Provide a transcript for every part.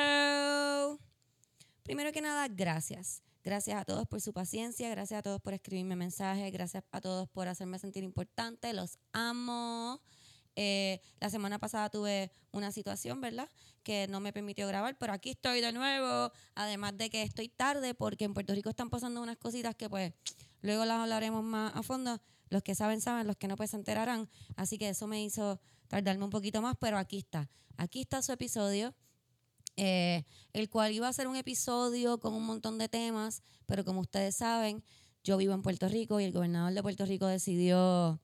Hello. Primero que nada, gracias. Gracias a todos por su paciencia, gracias a todos por escribirme mensajes, gracias a todos por hacerme sentir importante, los amo. Eh, la semana pasada tuve una situación, ¿verdad? Que no me permitió grabar, pero aquí estoy de nuevo. Además de que estoy tarde porque en Puerto Rico están pasando unas cositas que pues luego las hablaremos más a fondo. Los que saben, saben, los que no pues se enterarán. Así que eso me hizo tardarme un poquito más, pero aquí está. Aquí está su episodio. eh, el cual iba a ser un episodio con un montón de temas, pero como ustedes saben, yo vivo en Puerto Rico y el gobernador de Puerto Rico decidió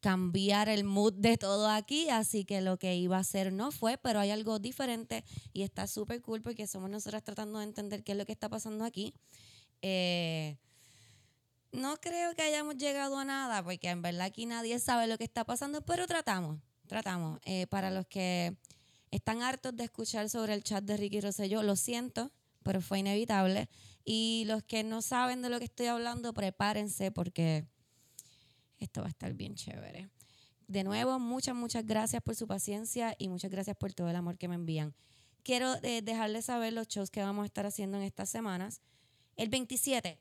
cambiar el mood de todo aquí, así que lo que iba a hacer no fue, pero hay algo diferente y está súper cool porque somos nosotras tratando de entender qué es lo que está pasando aquí. Eh, no creo que hayamos llegado a nada, porque en verdad aquí nadie sabe lo que está pasando, pero tratamos, tratamos. Eh, para los que están hartos de escuchar sobre el chat de Ricky Rosselló, lo siento, pero fue inevitable. Y los que no saben de lo que estoy hablando, prepárense porque esto va a estar bien chévere. De nuevo, muchas, muchas gracias por su paciencia y muchas gracias por todo el amor que me envían. Quiero eh, dejarles saber los shows que vamos a estar haciendo en estas semanas. El 27,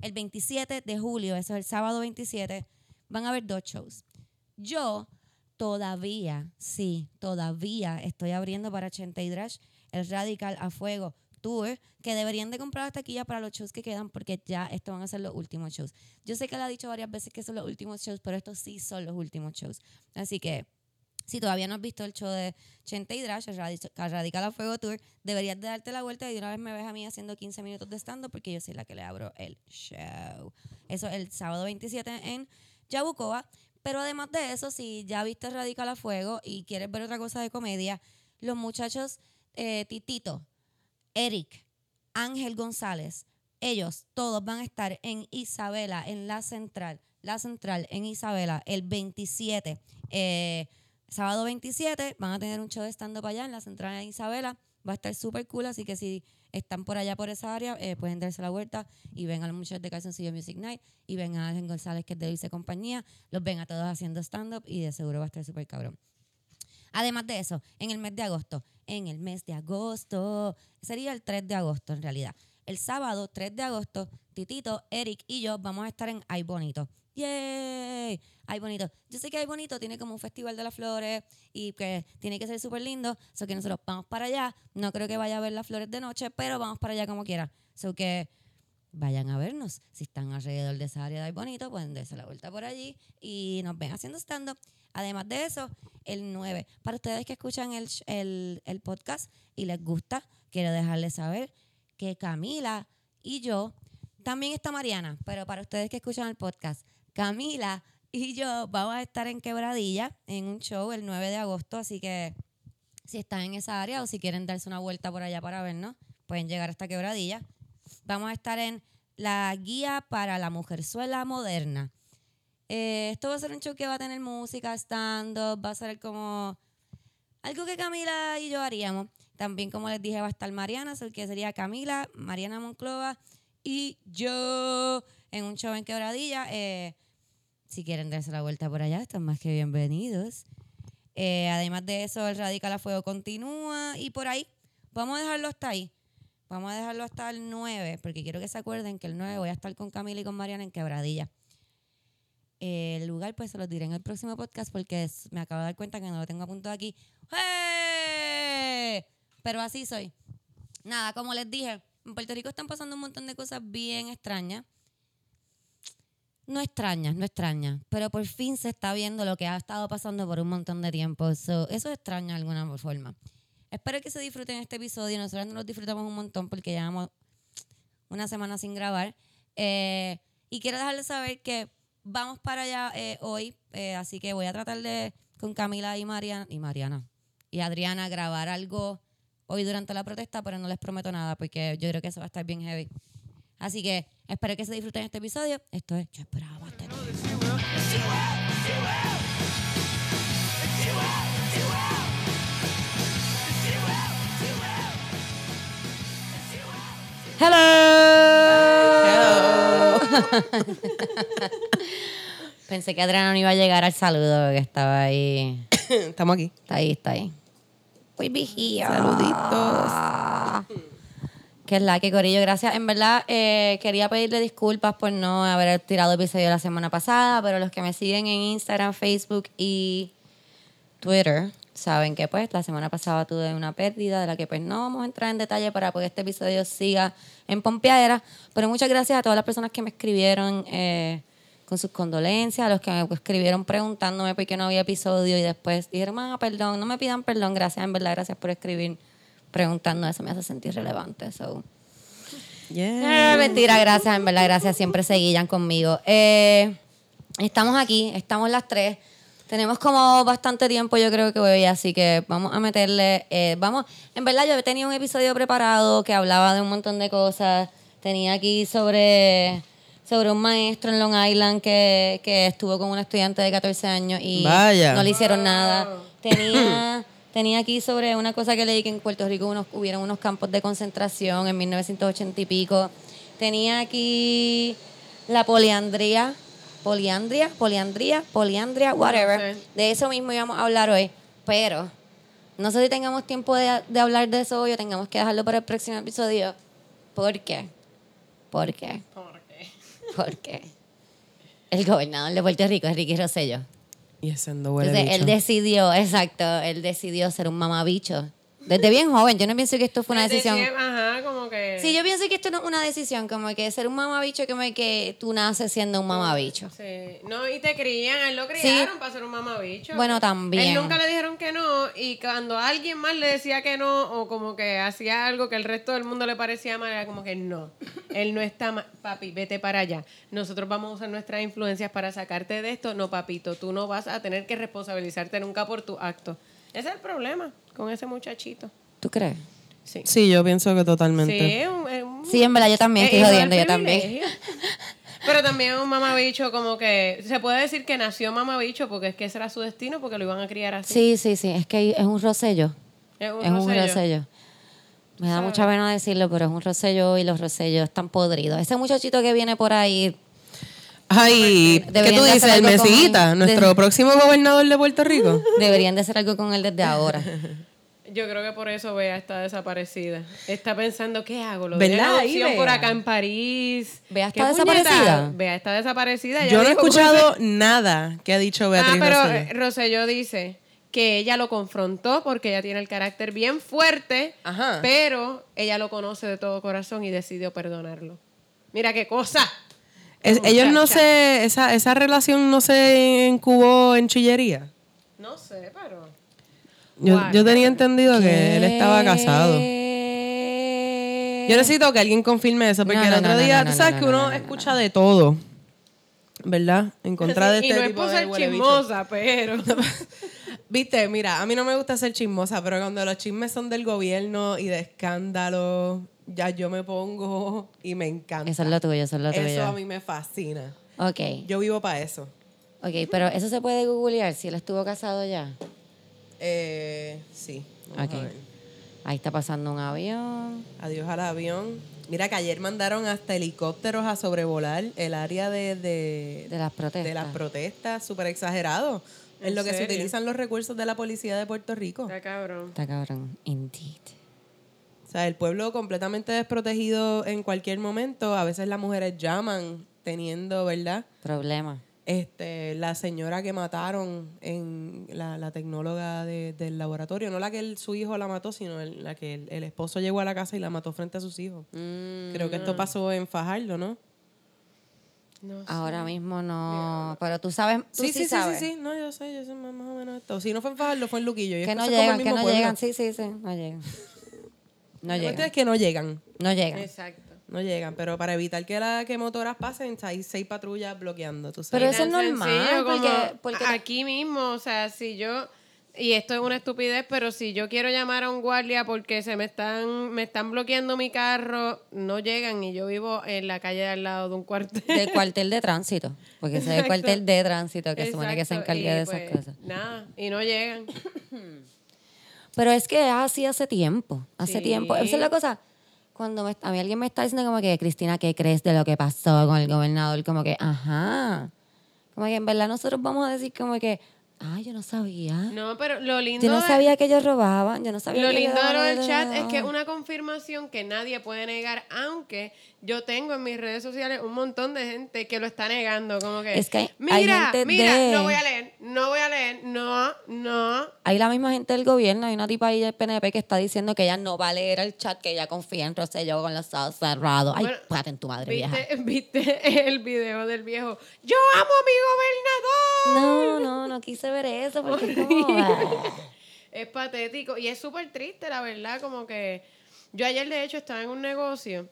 el 27 de julio, eso es el sábado 27, van a haber dos shows. Yo todavía, sí, todavía estoy abriendo para Chente y Drash el Radical a Fuego Tour, que deberían de comprar las taquillas para los shows que quedan, porque ya estos van a ser los últimos shows. Yo sé que le ha dicho varias veces que son los últimos shows, pero estos sí son los últimos shows. Así que, si todavía no has visto el show de Chente y Drash, el Radic- el Radical a Fuego Tour, deberías de darte la vuelta y de una vez me ves a mí haciendo 15 minutos de stand porque yo soy la que le abro el show. Eso es el sábado 27 en Yabucoa. Pero además de eso, si ya viste Radical a Fuego y quieres ver otra cosa de comedia, los muchachos eh, Titito, Eric, Ángel González, ellos todos van a estar en Isabela, en la central, la central en Isabela, el 27. eh, sábado 27 van a tener un show de stand-up allá en la central en Isabela. Va a estar súper cool, así que si están por allá, por esa área, eh, pueden darse la vuelta y ven a los muchachos de Calzoncillo Music Night y ven a Ángel González, que es de Dulce Compañía. Los ven a todos haciendo stand-up y de seguro va a estar súper cabrón. Además de eso, en el mes de agosto, en el mes de agosto, sería el 3 de agosto en realidad. El sábado 3 de agosto, Titito, Eric y yo vamos a estar en Ay Bonito. ¡Yay! Ay Bonito. Yo sé que Ay Bonito tiene como un festival de las flores y que tiene que ser súper lindo, so que nosotros vamos para allá. No creo que vaya a ver las flores de noche, pero vamos para allá como quiera. So que vayan a vernos. Si están alrededor de esa área de Ay Bonito, pueden darse la vuelta por allí y nos ven haciendo stand-up. Además de eso, el 9. Para ustedes que escuchan el, sh- el- el podcast y les gusta, quiero dejarles saber que Camila y yo, también está Mariana, pero para ustedes que escuchan el podcast, Camila y yo vamos a estar en Quebradilla en un show el 9 de agosto, así que si están en esa área o si quieren darse una vuelta por allá para vernos, pueden llegar hasta Quebradilla. Vamos a estar en la guía para la mujerzuela moderna. Eh, esto va a ser un show que va a tener música, stand-up, va a ser como algo que Camila y yo haríamos. También, como les dije, va a estar Mariana, so que sería Camila, Mariana Monclova y yo en un show en Quebradilla. Eh, si quieren darse la vuelta por allá, están más que bienvenidos. Eh, además de eso, el Radical a Fuego continúa y por ahí. Vamos a dejarlo hasta ahí. Vamos a dejarlo hasta el 9, porque quiero que se acuerden que el 9 voy a estar con Camila y con Mariana en Quebradilla. Eh, el lugar, pues se los diré en el próximo podcast porque es- me acabo de dar cuenta que no lo tengo apuntado aquí. ¡Hey! Pero así soy. Nada, como les dije, en Puerto Rico están pasando un montón de cosas bien extrañas. No extrañas, no extrañas, pero por fin se está viendo lo que ha estado pasando por un montón de tiempo. So, eso es extraño de alguna forma. Espero que se disfruten este episodio. Nosotros nos disfrutamos un montón porque llevamos una semana sin grabar. Eh, y quiero dejarles saber que vamos para allá eh, hoy, eh, así que voy a tratar de con Camila y Mariana y Mariana y Adriana grabar algo hoy durante la protesta, pero no les prometo nada porque yo creo que eso va a estar bien heavy. Así que espero que se disfruten este episodio. Esto es Yo esperaba bastante. Hello. Pensé que Adriana no iba a llegar al saludo que estaba ahí. Estamos aquí. Está ahí, está ahí. Fui vigía. Ah. Saluditos. Que es la que Corillo, gracias. En verdad, eh, quería pedirle disculpas por no haber tirado episodio la semana pasada, pero los que me siguen en Instagram, Facebook y Twitter saben que pues la semana pasada tuve una pérdida de la que pues no vamos a entrar en detalle para que este episodio siga en Pompeadera. Pero muchas gracias a todas las personas que me escribieron eh, con sus condolencias, a los que me escribieron preguntándome por qué no había episodio y después dijeron, ah, perdón, no me pidan perdón, gracias, en verdad, gracias por escribir preguntando, eso me hace sentir relevante. So. Ah, mentira, gracias, en verdad, gracias. Siempre se guillan conmigo. Eh, estamos aquí, estamos las tres. Tenemos como bastante tiempo, yo creo que hoy, así que vamos a meterle. eh, vamos, en verdad, yo tenía un episodio preparado que hablaba de un montón de cosas. Tenía aquí sobre, sobre un maestro en Long Island que, que estuvo con un estudiante de 14 años y Vaya. no le hicieron nada. Tenía, tenía aquí sobre una cosa que leí que en Puerto Rico unos, hubieron unos campos de concentración en 1980 y pico. Tenía aquí la poliandría, poliandría, poliandría, poliandría, whatever. No sé. De eso mismo íbamos a hablar hoy, pero no sé si tengamos tiempo de, de hablar de eso hoy o tengamos que dejarlo para el próximo episodio. ¿Por qué? ¿Por qué? ¿Por qué? El gobernador de Puerto Rico, Enrique Rosello. Y ese no huele Entonces, él bicho. decidió, exacto, él decidió ser un mamabicho. Desde bien joven, yo no pienso que esto fue una Desde decisión. siempre, Ajá, como que. Sí, yo pienso que esto no es una decisión, como que ser un mamabicho, como que tú naces siendo un mamabicho. Sí. No, y te crían, a él lo criaron para ser un mamabicho. Bueno, también. Él nunca le dijeron que no, y cuando alguien más le decía que no, o como que hacía algo que el resto del mundo le parecía mal, era como que no, él no está mal. Papi, vete para allá. Nosotros vamos a usar nuestras influencias para sacarte de esto. No, papito, tú no vas a tener que responsabilizarte nunca por tu acto. Ese es el problema con ese muchachito. ¿Tú crees? Sí. Sí, yo pienso que Sí, totalmente. es un- es un- Sí, en verdad, yo también Eh, estoy hijo del jodiendo, yo también. privilegio. Pero también un mamabicho como que... Se puede decir que nació mamabicho porque es que ese era su destino porque lo iban a criar así. Sí, sí, sí, es que es un rosello. es un Es un rosello. rosello. Me da mucha pena decirlo, pero es un rosello y los rosellos están podridos. Ese muchachito que viene por ahí, Ay, ¿qué Deberían tú de dices? hacer El algo con- Mesiguita, de- nuestro próximo gobernador de Puerto Rico. deberían de hacer algo con él desde ahora. Yo creo que por eso Bea está desaparecida. Está pensando, ¿qué hago? Lo doy en ¿Verdad? Ahí, adopción por Bea. acá en París. Bea ¿Qué está puñeta? desaparecida. Bea está desaparecida. Ella Yo no he dijo- escuchado nada que ha dicho Ah, Beatriz pero Rosselló. eh, Rosselló dice que ella lo confrontó porque ella tiene el carácter bien fuerte, Ajá. pero ella lo conoce de todo corazón y decidió perdonarlo. Mira qué cosa. Es- ellos no Muchacha. se, esa, esa relación no se incubó en chillería. No sé, pero. Yo, Guau. yo tenía entendido que él estaba casado. Yo necesito que alguien confirme eso, porque No, el no, otro no, no, día, no, no, tú sabes no, que no, uno no, no, escucha de todo, ¿verdad? En contra de y este no es tipo por de ser huele bicho. chismosa, pero. Viste, mira, a mí no me gusta ser chismosa, pero cuando los chismes son del gobierno y de escándalos, ya yo me pongo y me encanta. Eso es lo tuyo, eso es lo tuyo. Eso a mí me fascina. Ok, Yo vivo para eso. ok, pero eso se puede googlear si él estuvo casado ya. Eh, sí. vamos Ok. a ver. Ahí está pasando un avión. Adiós al avión. Mira que ayer mandaron hasta helicópteros a sobrevolar el área de, de, De las protestas. de las protestas, súper exagerado. ¿En En lo que se serio? utilizan los recursos de la policía de Puerto Rico. Está cabrón. Está cabrón. Indeed. O sea, el pueblo completamente desprotegido en cualquier momento. A veces las mujeres llaman teniendo, ¿verdad? Problema. Este, la señora que mataron en la, la tecnóloga de- del laboratorio, no la que el- su hijo la mató, sino el- la que el, el esposo llegó a la casa y la mató frente a sus hijos. Creo que esto pasó en Fajardo, ¿no? No sé. Ahora mismo no. Pero tú sabes, tú sí, sabes. sí, sí, no, yo sé, yo sé más, más o menos esto. Si no fue en Fajardo, fue en Luquillo. Y Que es no eso es como el llegan, que mismo no pueblo. llegan. Sí, sí, sí. No llegan. No La cuestión llegan. es que no llegan. No llegan. Exacto. No llegan, pero para evitar que, la, que motoras pasen, hay seis patrullas bloqueando, tú sabes. Pero eso es Tan normal, sencillo como porque- porque- Aquí mismo, o sea, si yo. Y esto es una estupidez, pero si yo quiero llamar a un guardia porque se me están me están bloqueando mi carro, no llegan y yo vivo en la calle de al lado de un cuartel. Del cuartel de tránsito. Porque ese es el Exacto. cuartel de tránsito que se supone que se Exacto, encarga y de esas pues, cosas. Nada, y no llegan. Pero es que es así hace tiempo, hace Sí. tiempo. Esa es la cosa. Cuando me- a mí alguien me está diciendo como que, Cristina, ¿qué crees de lo que pasó con el gobernador? Como que, ajá. Como que en verdad nosotros vamos a decir como que, Ah, yo no sabía. No, pero lo lindo yo no de- sabía que ellos robaban. Yo no sabía Lo que ellos lindo de lo robaban, del chat es que es robaban. una confirmación que nadie puede negar, aunque yo tengo en mis redes sociales un montón de gente que lo está negando, como que, Es que hay- mira, hay gente mira, de- no voy a leer, no voy a leer, no, no. Hay la misma gente del gobierno, hay una tipa ahí del PNP que está diciendo que ella no va a leer el chat, que ella confía en Rosselló con los ojos cerrados. Ay, Bueno, párate en tu madre vieja. ¿Viste, viste el video del viejo, yo amo a mi No, gobernador. no, no quise ver eso porque es como... ah. Es patético y es súper triste, la verdad, como que yo ayer de hecho estaba en un negocio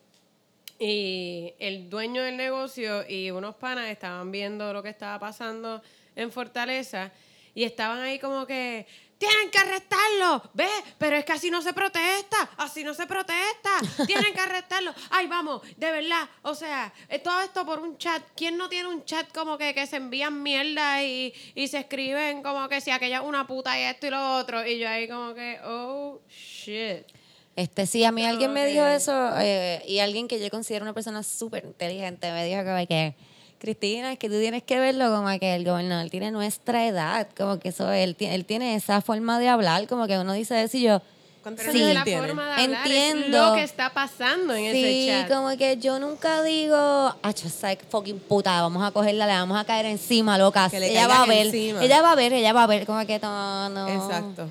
y el dueño del negocio y unos panas estaban viendo lo que estaba pasando en Fortaleza y estaban ahí como que tienen que arrestarlo, ve, pero es que así no se protesta, así no se protesta, tienen que arrestarlo, ay vamos, de verdad, o sea, eh, todo esto por un chat, ¿quién no tiene un chat como que, que se envían mierda y, y se escriben como que si aquella es una puta y esto y lo otro? Y yo ahí como que, oh, shit. Este, sí, a mí alguien me dijo Ah, Ok. eso eh, y alguien que yo considero una persona súper inteligente me dijo como que, Cristina, es que tú tienes que verlo como que el gobernador tiene nuestra edad, como que eso, él, ti- él tiene esa forma de hablar, como que uno dice eso y yo... ¿Cuántos Pero Sí. no es años la tienen? forma de hablar, es Entiendo. lo que está pasando en sí, ese chat. como que yo nunca digo, ah, esa fucking puta, vamos a cogerla, le vamos a caer encima, loca. Que le Ella va a caigan ver, encima. ella va a ver, ella va a ver, como que no, no. Exacto.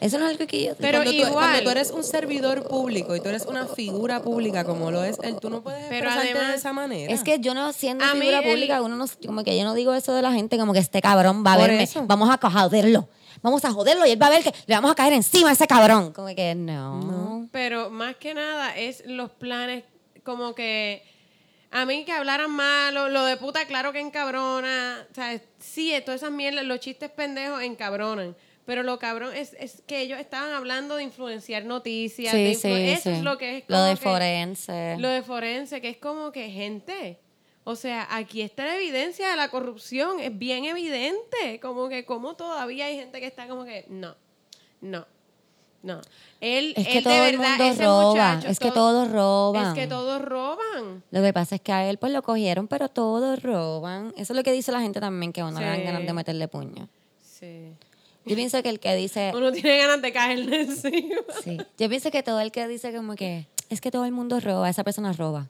Eso no es algo que yo Pero cuando, tú, igual- cuando tú eres un servidor público y tú eres una figura pública como lo es él, tú no puedes Pero expresarte de además- esa manera. Es que yo no siendo A mí figura el- pública, uno no, como que yo no digo eso de la gente, como que este cabrón va a Por verme, eso. vamos a joderlo, vamos a joderlo y él va a ver que le vamos a caer encima a ese cabrón. Como que no. Pero más que nada es los planes como que a mí que hablaran malo, lo de puta claro que encabrona, o sea, sí, todas esas mierdas, los chistes pendejos encabronan. Pero lo cabrón es, es que ellos estaban hablando de influenciar noticias. de influ- eso es lo que es. Lo de como que- forense. lo de forense, que es como que gente. O sea, aquí está la evidencia de la corrupción, es bien evidente. Como que como todavía hay gente que está como que no, no, no. Él, es que él todo de el verdad, mundo ese roba, muchacho, es que todo- todos roban. Es que todos roban. Lo que pasa es que a él pues lo cogieron, pero todos roban. Eso es lo que dice la gente también, que a uno le dan Sí. ganas de meterle puño. Sí. Yo pienso que el que dice... Uno tiene ganas de caerle encima. sí. Yo pienso que todo el que dice como que es que todo el mundo roba, esa persona roba.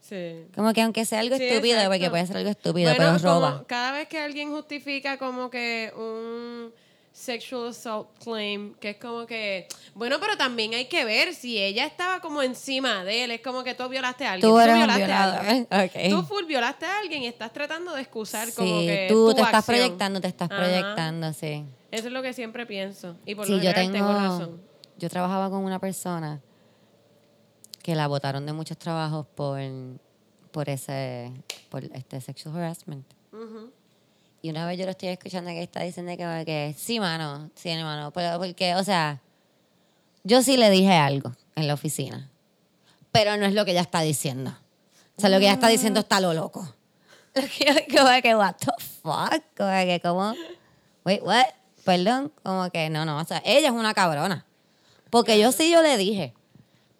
Sí. Como que aunque sea algo Sí, estúpido, exacto. porque puede ser algo estúpido, Bueno, pero roba. como cada vez que alguien justifica como que un sexual assault claim, que es como que, bueno, pero también hay que ver si ella estaba como encima de él, es como que tú violaste a alguien, Tú eres un violaste a violador. alguien. Ok. Tú full violaste a alguien y estás tratando de excusar Sí, como que tú tu te estás acción. proyectando, te estás Ajá. proyectando, sí. Eso es lo que siempre pienso y por Sí, lo yo general tengo, tengo, razón. yo trabajaba con una persona que la botaron de muchos trabajos por, por ese, por este sexual harassment. Y una vez yo lo estoy escuchando que está diciendo que, que sí, mano, sí, hermano, pero porque, o sea, yo sí le dije algo en la oficina, pero no es lo que ella está diciendo. O sea, lo que ella está diciendo está lo loco. Lo que yo- como que, what the fuck, como que, como, wait, what, perdón, como que, no, no, o sea, ella es una cabrona. Porque yo sí yo le dije,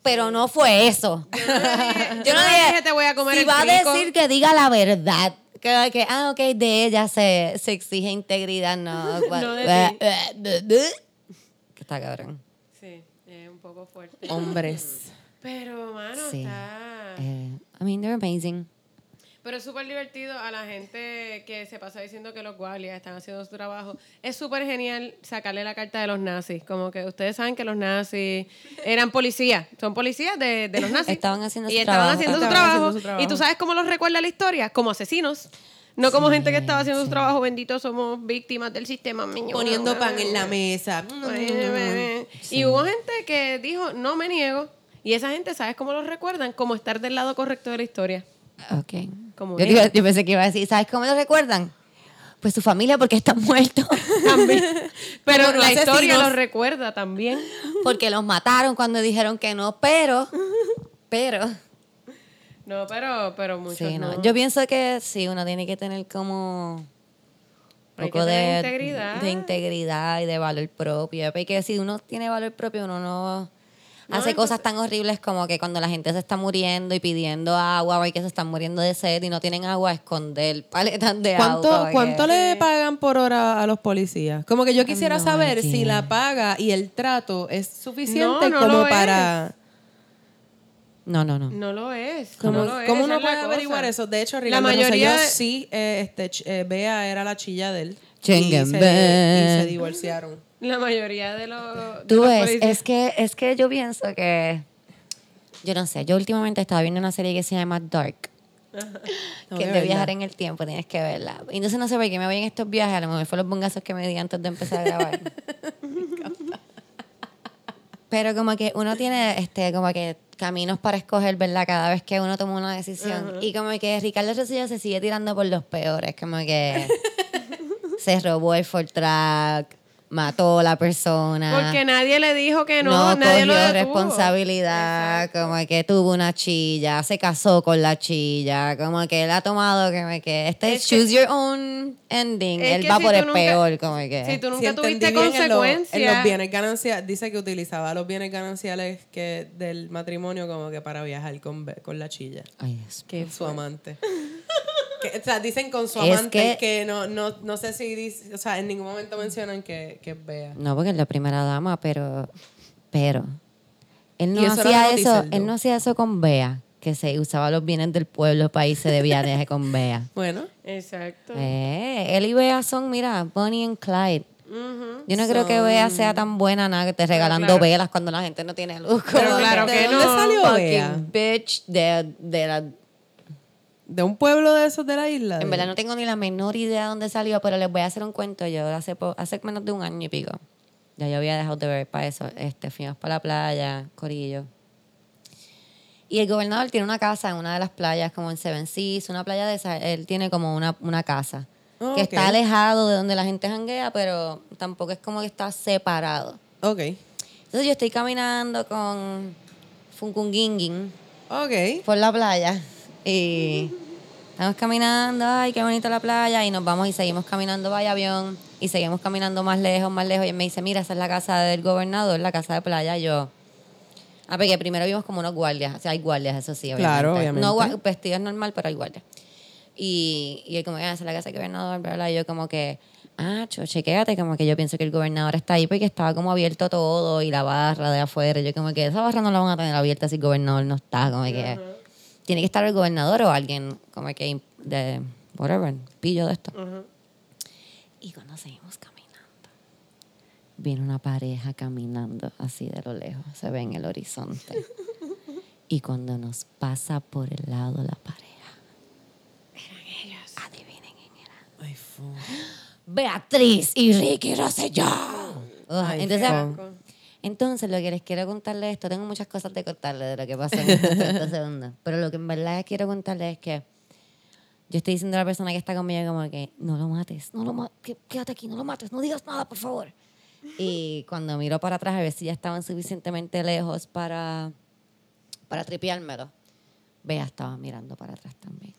pero no fue eso. Yo yo no le dije, "Te voy a comer si el va pico". a decir que diga la verdad. Que, que, ah, ok, de ella se, se exige integridad, no. No de eh, ti. eh, de- de- Que está cabrón. Sí, es un poco fuerte. Hombres. Pero, mano, Sí. está... Eh, I mean, they're amazing. Pero es súper divertido a la gente que se pasa diciendo que los guardias están haciendo su trabajo. Es súper genial sacarle la carta de los nazis. Como que ustedes saben que los nazis eran policías. Son policías de, de los nazis. Estaban haciendo y su estaban trabajo. Haciendo su Estaban trabajo. haciendo su trabajo. Y tú sabes cómo los recuerda la historia. Como asesinos. No como gente que estaba haciendo su trabajo. Bendito somos víctimas del sistema. Poniendo pan en la Mm. mesa. Y hubo gente que dijo, no me niego. Y esa gente, ¿sabes cómo los recuerdan? Como estar del lado correcto de la historia. Ok. Como yo, ella. digo- yo pensé que iba a decir, ¿sabes cómo lo recuerdan? Pues su familia porque están muertos. también. Pero Como los la historia asesinos. lo recuerda también. porque los mataron cuando dijeron que no, pero... Pero... No, pero, pero muchos Sí, no. no. Yo pienso que sí, uno tiene que tener como un Hay que poco de tener integridad. de integridad y de valor propio. Porque si uno tiene valor propio, uno no. hace entonces- cosas tan horribles como que cuando la gente se está muriendo y pidiendo agua o hay que se están muriendo de sed y no tienen agua, esconder paletas de agua. ¿Cuánto, porque- ¿cuánto le pagan por hora a los policías? Como que yo quisiera no saber si idea. la paga y el trato es suficiente No, no como lo para... No, no, no. No lo es. ¿Cómo, no lo es, cómo esa uno es la puede cosa. averiguar eso? De hecho, la Ricardo mayoría. Rosselló sí, eh, este, ch- eh, Bea era la chilla de él. Chingue y, se, Ben. y se divorciaron. La mayoría de los. de Tú los ves, policías- es que, es que yo pienso que. Yo no sé, yo últimamente estaba viendo una serie que se llama Dark. Tengo que es que de verla. viajar en el tiempo, tienes que verla. Y entonces no sé por qué me voy en estos viajes, a lo mejor fue los bongazos que me di antes de empezar a grabar. Pero como que uno tiene este, como que caminos para escoger, ¿verdad? Cada vez que uno toma una decisión. Y como que Ricardo Rosillo se sigue tirando por los peores, como que se robó el Fortrack, mató a la persona Porque nadie le dijo que no. no, nadie lo cogió detuvo. responsabilidad, como que tuvo una chilla, se casó con la chilla, como que él ha tomado como que este Es que- choose your own ending, Es él que va si por tú el nunca- peor, como que Si tú nunca Si entendí bien, tuviste en lo- consecuencias. En, los bienes gananciales, dice que utilizaba los bienes gananciales que del matrimonio como que para viajar con, Be- con la chilla. Ay, Dios. Con su amante. Que, o sea, dicen con su Es amante que- que, no, no, no sé si dice, o sea, en ningún momento mencionan que, que es Bea. No, porque es la primera dama, pero pero él no Y eso era hacía de eso, Noticeldo. él no hacía eso con Bea, que se usaba los bienes del pueblo para irse de viaje con Bea. Bueno, Exacto. Eh, él y Bea son, mira, Bonnie and Clyde. Yo no creo que Bea sea tan buena nada que te regalando claro. velas cuando la gente no tiene luz. Pero como claro que, ¿de que dónde no, salió fucking Bea? bitch de, de la... ¿De un pueblo de esos de la isla? En verdad no tengo ni la menor idea de dónde salió, pero les voy a hacer un cuento yo. Hace, po- hace menos de un año y pico. Ya yo había dejado de ver para eso. Este, fuimos para la playa, Corillo. Y el gobernador tiene una casa en una de las playas, como en Seven Seas, una playa de esa. Él tiene como una, una casa. Ah, que ok. está alejado de donde la gente janguea, pero tampoco es como que está separado. Ok, Entonces yo estoy caminando con Funkunginguin ok. por la playa y estamos caminando, ay, qué bonita la playa, y nos vamos y seguimos caminando vaya avión y seguimos caminando más lejos, más lejos, y él me dice, mira, esa es la casa del gobernador, la casa de playa, Y yo. Ah, porque primero vimos como unos guardias, o sea, hay guardias, eso sí, obviamente. Claro, No obviamente. gua- vestidos normal, pero hay guardias. Y, y él como, ah, esa es la casa del gobernador, bla, bla, y yo como que, ah, cho, chequéate, como que yo pienso que el gobernador está ahí porque estaba como abierto todo y la barra de afuera, yo como que esa barra no la van a tener abierta si el gobernador no está, como que tiene que estar el gobernador o alguien como que de whatever, pillo de esto. Y cuando seguimos caminando, viene una pareja caminando así de lo lejos, se ve en el horizonte. y cuando nos pasa por el lado la pareja, eran ellos. Adivinen quién era. Ay, fu. Beatriz y Ricky Rosselló. Ugh, Ay, entonces, fuck. entonces, lo que les quiero contarles esto, tengo muchas cosas de contarles de lo que pasó en estos 30 segundos, pero lo que en verdad les quiero contarles es que yo estoy diciendo a la persona que está conmigo como que no lo mates, no lo ma- que- quédate aquí, no lo mates, no digas nada, por favor. Y cuando miro para atrás a ver si ya estaban suficientemente lejos para, para tripeármelo, Bea estaba mirando para atrás también.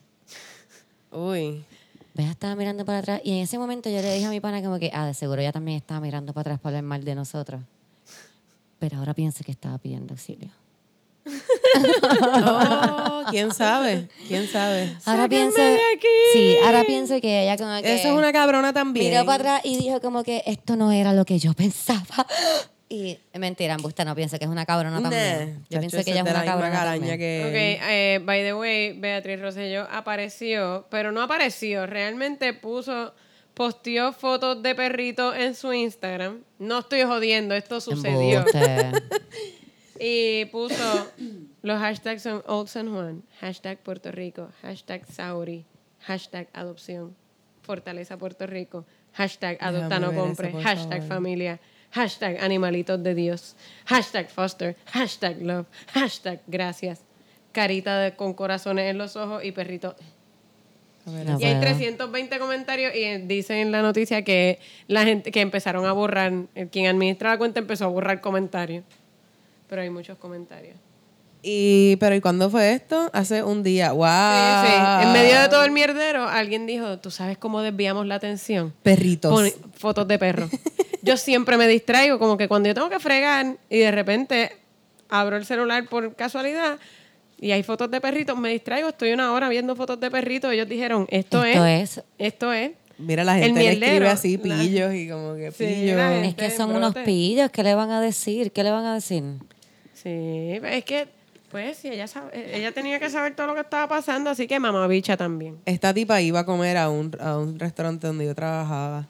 Uy. Bea Pues, estaba mirando para atrás y en ese momento yo le dije a mi pana como que, ah, de seguro ella también estaba mirando para atrás para hablar mal de nosotros. Pero ahora piensa que estaba pidiendo auxilio. Oh, quién sabe, quién sabe. Ahora pienso, sí, ahora pienso que ella como que Esa es una cabrona también. miró para atrás y dijo como que esto no era lo que yo pensaba. Y mentira, embusta, no pienso que es una cabrona Nah, también. Yo chacho, pienso esa que ella es de la una misma cabrona caraña también. que- Ok, eh, by the way, Beatriz Rosselló apareció, pero no apareció, realmente puso, posteó fotos de perrito en su Instagram. No estoy jodiendo, esto sucedió. Embuste. Y puso, los hashtags son Old San Juan, hashtag Puerto Rico, hashtag Sauri, hashtag adopción, fortaleza Puerto Rico, hashtag Déjame adopta no ver eso, compre, por hashtag favor. familia, hashtag animalitos de Dios, hashtag foster, hashtag love, hashtag gracias, carita de- con corazones en los ojos y perrito. A ver, No Y hay puedo. 320 comentarios y eh, dice en la noticia que la gente que empezaron a borrar, eh, quien administra la cuenta empezó a borrar comentarios. Pero hay muchos comentarios. Y, pero ¿y cuándo fue esto? Hace un día. ¡Wow! Sí, sí. En medio de Ah. todo el mierdero, alguien dijo, ¿tú sabes cómo desviamos la atención? Perritos. Pone fotos de perro. Yo siempre me distraigo, como que cuando yo tengo que fregar y de repente abro el celular por casualidad y hay fotos de perritos, me distraigo, estoy una hora viendo fotos de perritos, ellos dijeron, esto, Esto es, es. esto es. Mira, la El gente le mierdero, escribe así, la- pillos, y como que Sí, pillos. la Es gente- que Este son brote. unos pillos. ¿Qué le van a decir? ¿Qué le van a decir? Sí, es que, pues, sí, ella, sabe- ella tenía que saber todo lo que estaba pasando, así que mamá bicha también. Esta tipa iba a comer a un, a un restaurante donde yo trabajaba.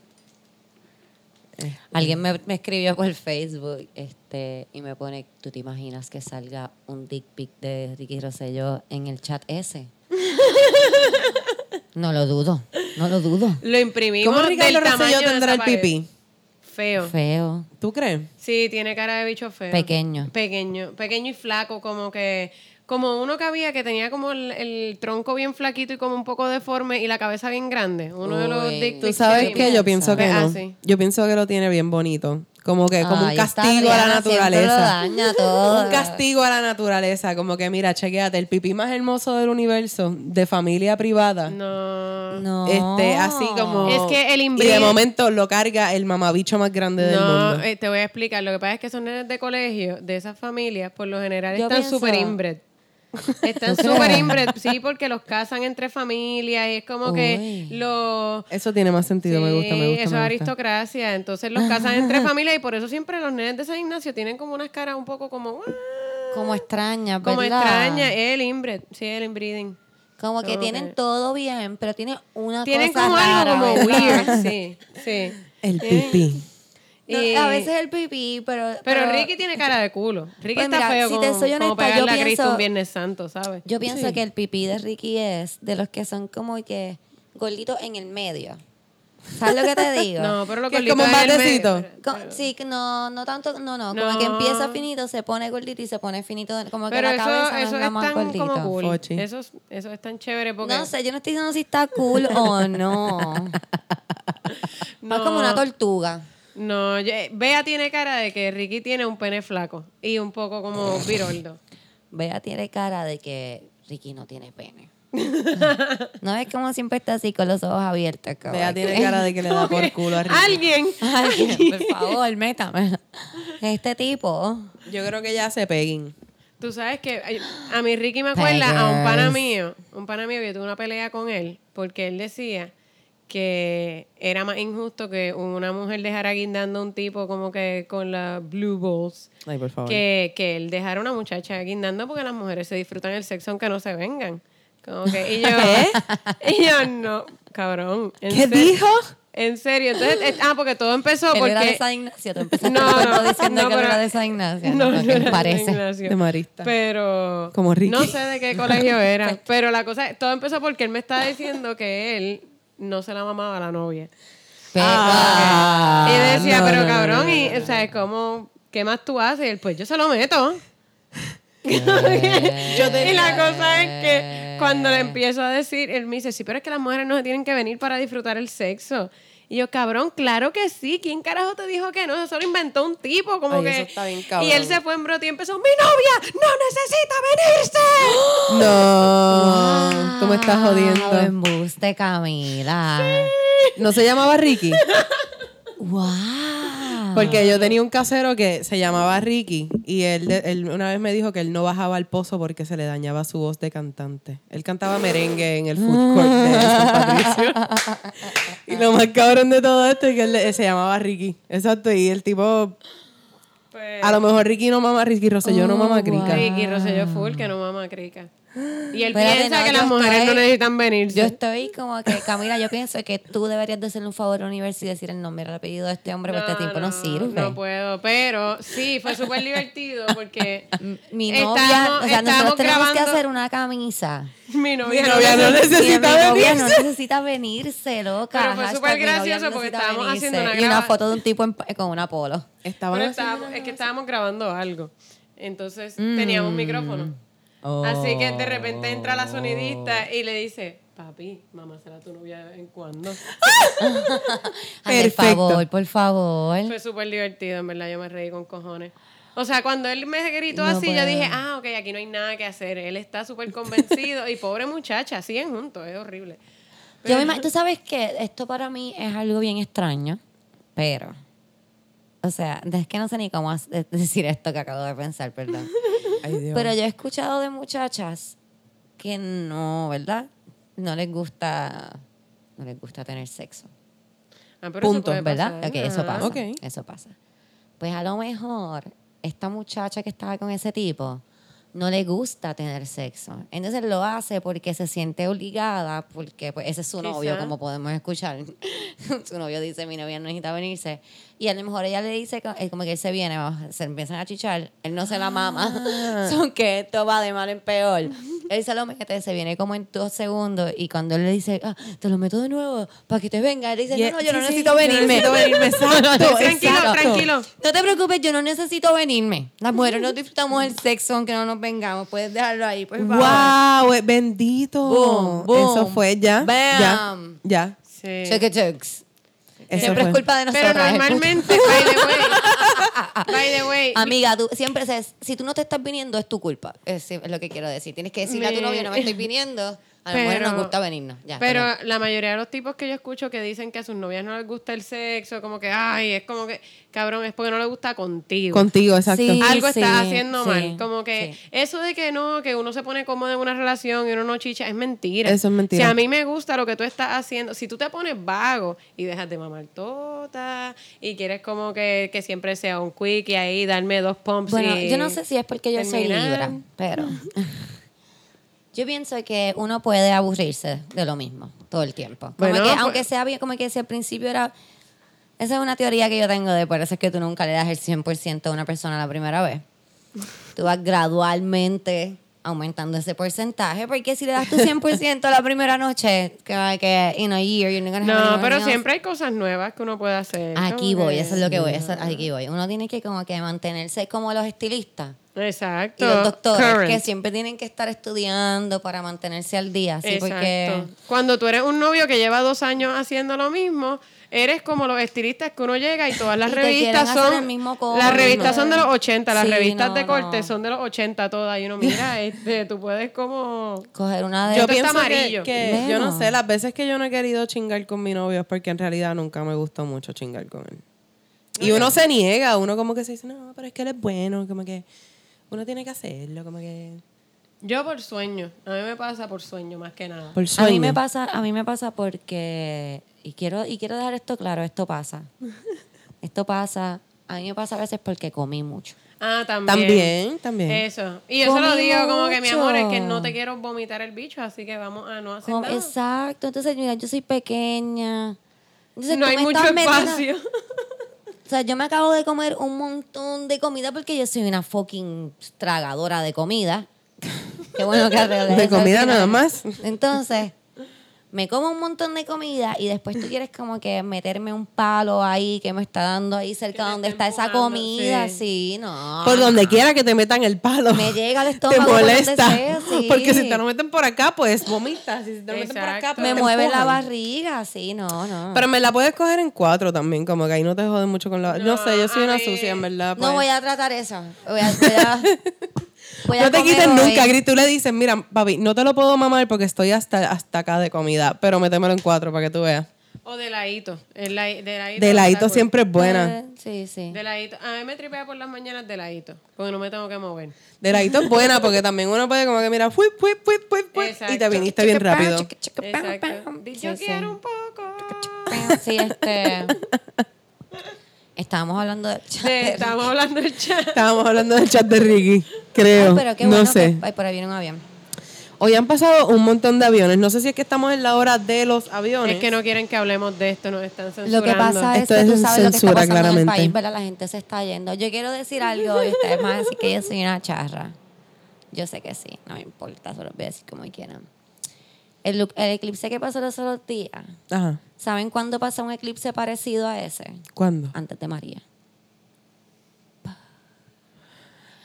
Alguien me, me escribió por Facebook este, y me pone, ¿tú te imaginas que salga un dick pic de Ricky Rosselló en el chat ese? no lo dudo, no lo dudo. Lo imprimimos ¿Cómo Ricardo del tamaño Rosselló de tendrá el esa pared. pipí? Feo. Feo. ¿Tú crees? Sí, tiene cara de bicho feo. Pequeño. Pequeño, pequeño y flaco, como que... Como uno que había que tenía como el, el tronco bien flaquito y como un poco deforme y la cabeza bien grande. Uno de los Uy. dick Tú pics sabes que- que yo pienso que Ah, no. sí. Yo pienso que lo tiene bien bonito. Como que como un Ay, esta castigo a la Adriana siempre Lo naturaleza. daña todo. Un castigo a la naturaleza. Como que mira, chequéate, el pipí más hermoso del universo, de familia privada. No. No. Este, así como. Es que el Y de imbriel- momento lo carga el mamabicho más grande del No, mundo. eh, te voy a explicar. Lo que pasa es que son nenes de colegio, de esas familias, por lo general Yo están pienso- súper inbred. Están ¿Tú crees? súper inbred, sí, porque los casan entre familias y es como que Uy. los... Eso tiene más sentido, me gusta, me gusta. eso es me gusta. aristocracia. Entonces los casan entre familias y por eso siempre los nenes de San Ignacio tienen como unas caras un poco como... "Ah", Como extraña, Como ¿verdad? extraña. El inbred, sí, el inbreeding. Como que Como tienen que- todo bien, pero tienen una Tienen cosa como rara, algo como ¿verdad? weird, sí, sí. El pipí. No, Y- a veces el pipí, pero... Pero, Ricky tiene cara de culo. Ricky Pues está mira, feo si como, te soy como honesta, pegarle yo a Cristo un pienso- Viernes Santo, ¿sabes? Yo pienso Sí. que el pipí de Ricky es de los que son como que gorditos en el medio. ¿Sabes lo que te digo? No, pero lo Que es gordito como un en el medio- batecito. Co- sí, que no, no tanto, no, no, como que No. empieza finito, se pone gordito y se pone finito, como que Pero la cabeza eso, no eso es la más es tan como gordita. cool. Fochi. Eso, es- eso es tan chévere porque... No sé, yo no estoy diciendo si está cool o no. no, Es como una tortuga. No, yo- Bea tiene cara de que Ricky tiene un pene flaco y un poco como viroldo. Bea tiene cara de que Ricky no tiene pene. no es como siempre está así con los ojos abiertos. como Vea, que- tiene cara de que le da por culo a Ricky. Alguien. Ay, por favor, métame. Este tipo. Yo creo que ya se peguen. Tú sabes que ay, a mí Ricky me acuerda a un pana Pegas. mío, un pana mío que yo tuve una pelea con él porque él decía que era más injusto que una mujer dejara guindando a un tipo como que con las blue balls. Ay, por favor. que, que él dejara a una muchacha guindando porque las mujeres se disfrutan el sexo aunque no se vengan. Como que, y yo, y yo, no, cabrón. ¿en ¿Eh? ¿Qué serio? dijo? En serio. Entonces, eh, ah, porque todo empezó Él era de porque... San Ignacio. Tú empezaste No, el cuento no, diciendo no, que él pero- era de San Ignacio. No, no, no, era de parece. Ignacio. De Marista. Pero. Como Ricky. No sé de qué colegio era. pero la cosa es, todo empezó porque él me estaba diciendo que él no se la mamaba a la novia. Pero- Ah, y yo decía, no, pero no, cabrón, y, o sea, es como, ¿qué más tú haces? Y él, pues yo se lo meto. y la cosa es que cuando le empiezo a decir, él me dice, sí, pero es que las mujeres no se tienen que venir para disfrutar el sexo. Y yo, cabrón, claro que sí. ¿Quién carajo te dijo que no? Eso lo inventó un tipo, como Ay, que. eso está bien cabrón. Y él se fue en brote y empezó, ¡mi novia no necesita venirse! No, tú me Ah, estás Wow, jodiendo. embuste, Camila. ¿No se llamaba Ricky? Wow. Porque yo tenía un casero que se llamaba Ricky y él, de- él una vez me dijo que él no bajaba al pozo porque se le dañaba su voz de cantante. Él cantaba merengue en el food court de San Patricio. y lo más cabrón de todo esto es que él le- se llamaba Ricky. Exacto, y el tipo... Pues, A lo mejor Ricky no mama a Ricky Rosselló, Oh, no mama a Crica. Ricky Rosselló Full, que no mama crica. Y él Espérate, piensa no, que yo las mujeres estoy- no necesitan venirse. Yo estoy como que, Camila, yo pienso que tú deberías de hacerle un favor a Universo y decir el nombre, el apellido de este hombre, porque este tipo no, sirve. No pues, puedo, pero sí, fue súper divertido porque Mi estamos- novia, o sea, estamos nosotros tenemos que grabando- hacer una camisa. mi novia, Mi novia no necesita- necesita Y mi novia no venirse. necesita venirse, loca. Pero fue Hashtag súper mi novia no gracioso porque necesita estábamos venirse. haciendo una Y una graba- foto de un tipo en- con una polo. Estaban pero haciendo- estábamos- es que estábamos grabando algo. Entonces Mm. teníamos un micrófono. Así que de repente entra la sonidista Oh. y le dice, papi, mamá será tu novia de vez en cuando. Ay, Por Perfecto. favor, por favor. Fue súper divertido, en verdad, yo me reí con cojones. O sea, cuando él me gritó No así, yo puedo. dije, ah, ok, aquí no hay nada que hacer. Él está súper convencido y pobre muchacha, siguen juntos, es horrible. Yo me imag- Tú sabes que esto para mí es algo bien extraño, pero. O sea, es que no sé ni cómo as- de- decir esto que acabo de pensar, perdón. Ay, Dios. Pero yo he escuchado de muchachas que no, ¿verdad? No les gusta, no les gusta tener sexo. Ah, pero eso Punto, puede ¿Verdad? pasar. ¿eh? Ok, eso Ajá. pasa. Ok. Eso pasa. Pues a lo mejor esta muchacha que estaba con ese tipo no le gusta tener sexo. Entonces lo hace porque se siente obligada, porque pues, ese es su novio, Quizá. como podemos escuchar. su novio dice, mi novia no necesita venirse. Y a lo mejor ella le dice, co- eh, como que él se viene, vamos, se empiezan a chichar, él no se la mama, son que esto va de mal en peor. él se lo mete, se viene como en dos segundos y cuando él le dice, ah, te lo meto de nuevo para que te venga, él dice, Yeah, no, no, yo sí, no sí, necesito yo venirme. necesito venirme, exacto, Tranquilo, exacto. tranquilo. No te preocupes, yo no necesito venirme. Las mujeres no disfrutamos el sexo aunque no nos vengamos. Puedes dejarlo ahí, por favor. ¡Wow! eh, ¡Bendito! Boom, boom. Eso fue ya. Bam. Ya. Sí. Eh, Cheque cheques. ya. Eso Siempre fue. es culpa de nosotros. Pero normalmente, by the way, by the way, Amiga, tú siempre sabes, si tú no te estás viniendo es tu culpa. Es, es lo que quiero decir. Tienes que decirle a tu Me- novio, no me estoy viniendo. A las mujeres Pero- nos gusta venirnos. Ya, pero perdón. la mayoría de los tipos que yo escucho que dicen que a sus novias no les gusta el sexo, como que, ay, es como que, cabrón, es porque no les gusta contigo. Contigo, exacto. Sí. Algo está sí, haciendo sí, mal. Como que sí. eso de que no, que uno se pone cómodo en una relación y uno no chicha, es mentira. Eso es mentira. Si a mí me gusta lo que tú estás haciendo, si tú te pones vago y dejas de mamar tota y quieres como que, que siempre sea un quick y ahí darme dos pumps Bueno, y- yo no sé si es porque yo soy terminar. libra, pero yo pienso que uno puede aburrirse de lo mismo todo el tiempo. Como Bueno, que, pues- aunque sea bien, como que si al principio era... Esa es una teoría que yo tengo de por eso es que tú nunca le das el 100% a una persona la primera vez. Tú vas gradualmente aumentando ese porcentaje porque si le das tu 100% la primera noche, que, que in a year you're not gonna have No, anyone pero else. siempre hay cosas nuevas que uno puede hacer. Aquí como voy, eso es lo que voy, eso- aquí voy. Uno tiene que como que mantenerse como los estilistas y Exacto. los doctores Current. que siempre tienen que estar estudiando para mantenerse al día. Sí, porque Exacto. Cuando tú eres un novio que lleva dos años haciendo lo mismo, eres como los estilistas que uno llega y todas las Y te quieren revistas hacer son. el mismo corte. Las revistas son de los 80, las Sí, revistas no, de corte no. son de los 80 todas. Y uno, mira, este, tú puedes como. coger una de Yo Esto está pienso amarillo. que, que Bueno. yo no sé, las veces que yo no he querido chingar con mi novio es porque en realidad nunca me gustó mucho chingar con él. Y uno se niega, uno como que se dice, no, pero es que él es bueno, como que uno tiene que hacerlo, como que... Yo por sueño. A mí me pasa por sueño más que nada. Por a sueño. mí me pasa, a mí me pasa porque y quiero y quiero dejar esto claro, esto pasa. Esto pasa, a mí me pasa a veces porque comí mucho. Ah, también. También, también. Eso. Y yo se lo Comí digo como que mi mucho. amor, es que no te quiero vomitar el bicho, así que vamos a Pues no hacer Com- nada. Exacto, entonces mira, yo soy pequeña. Entonces, no tú hay me mucho estás metiendo- espacio. O sea, yo me acabo de comer un montón de comida porque yo soy una fucking tragadora de comida. Qué bueno que arreglé De eso comida al final. nada más. Entonces, me como un montón de comida y después tú quieres como que meterme un palo ahí que me está dando ahí cerca te donde está está esa empujando, comida. sí. Sí, no. ah. Por donde quiera que te metan el palo. Me llega al estómago Te por donde molesta. sea, sí. Porque si te lo meten por acá, pues vomitas. Y si te lo meten por acá, Exacto. pues me te mueve la empujan. barriga. Sí, no, no. Pero me la puedes coger en cuatro también, como que ahí no te joden mucho con la... No, No, sé, yo soy a una mí- sucia, en verdad. no pues. voy a tratar eso. Voy a, voy a- voy a No te comer quiten hoy. nunca, Gris. Tú le dices, mira, papi, no te lo puedo mamar porque estoy hasta, hasta acá de comida, pero métemelo en cuatro para que tú veas. O de ladito. El la- de ladito. De está ladito cool. siempre es buena. Eh, Sí, sí. De ladito. A mí me tripea por las mañanas de ladito, porque no me tengo que mover. De ladito es buena porque también uno puede como que mira, whip, whip, whip, whip, whip, y te Exacto. viniste bien Chica, pam, rápido. chica, chica, pam, Exacto. pam. Di, Sí, Yo sí. quiero un poco. Pam, Sí, este. Estábamos hablando de. De- estamos hablando del chat. Estábamos hablando del chat de Ricky, creo. Ay, pero qué no bueno sé. que- ay, por ahí viene un avión. Hoy han pasado un montón de aviones. No sé si es que estamos en la hora de los aviones. Es que no quieren que hablemos de esto, nos están censurando. Lo que pasa es Esto que es tú sabes lo que está censura, pasando en el claramente. país, ¿verdad? La gente se está yendo. Yo quiero decir algo y ustedes van a decir que yo soy una charra. Yo sé que sí, no me importa, solo voy a decir como quieran. El, lu- el eclipse que pasó los otros días, Ajá. ¿saben cuándo pasa un eclipse parecido a ese? ¿Cuándo? Antes de María.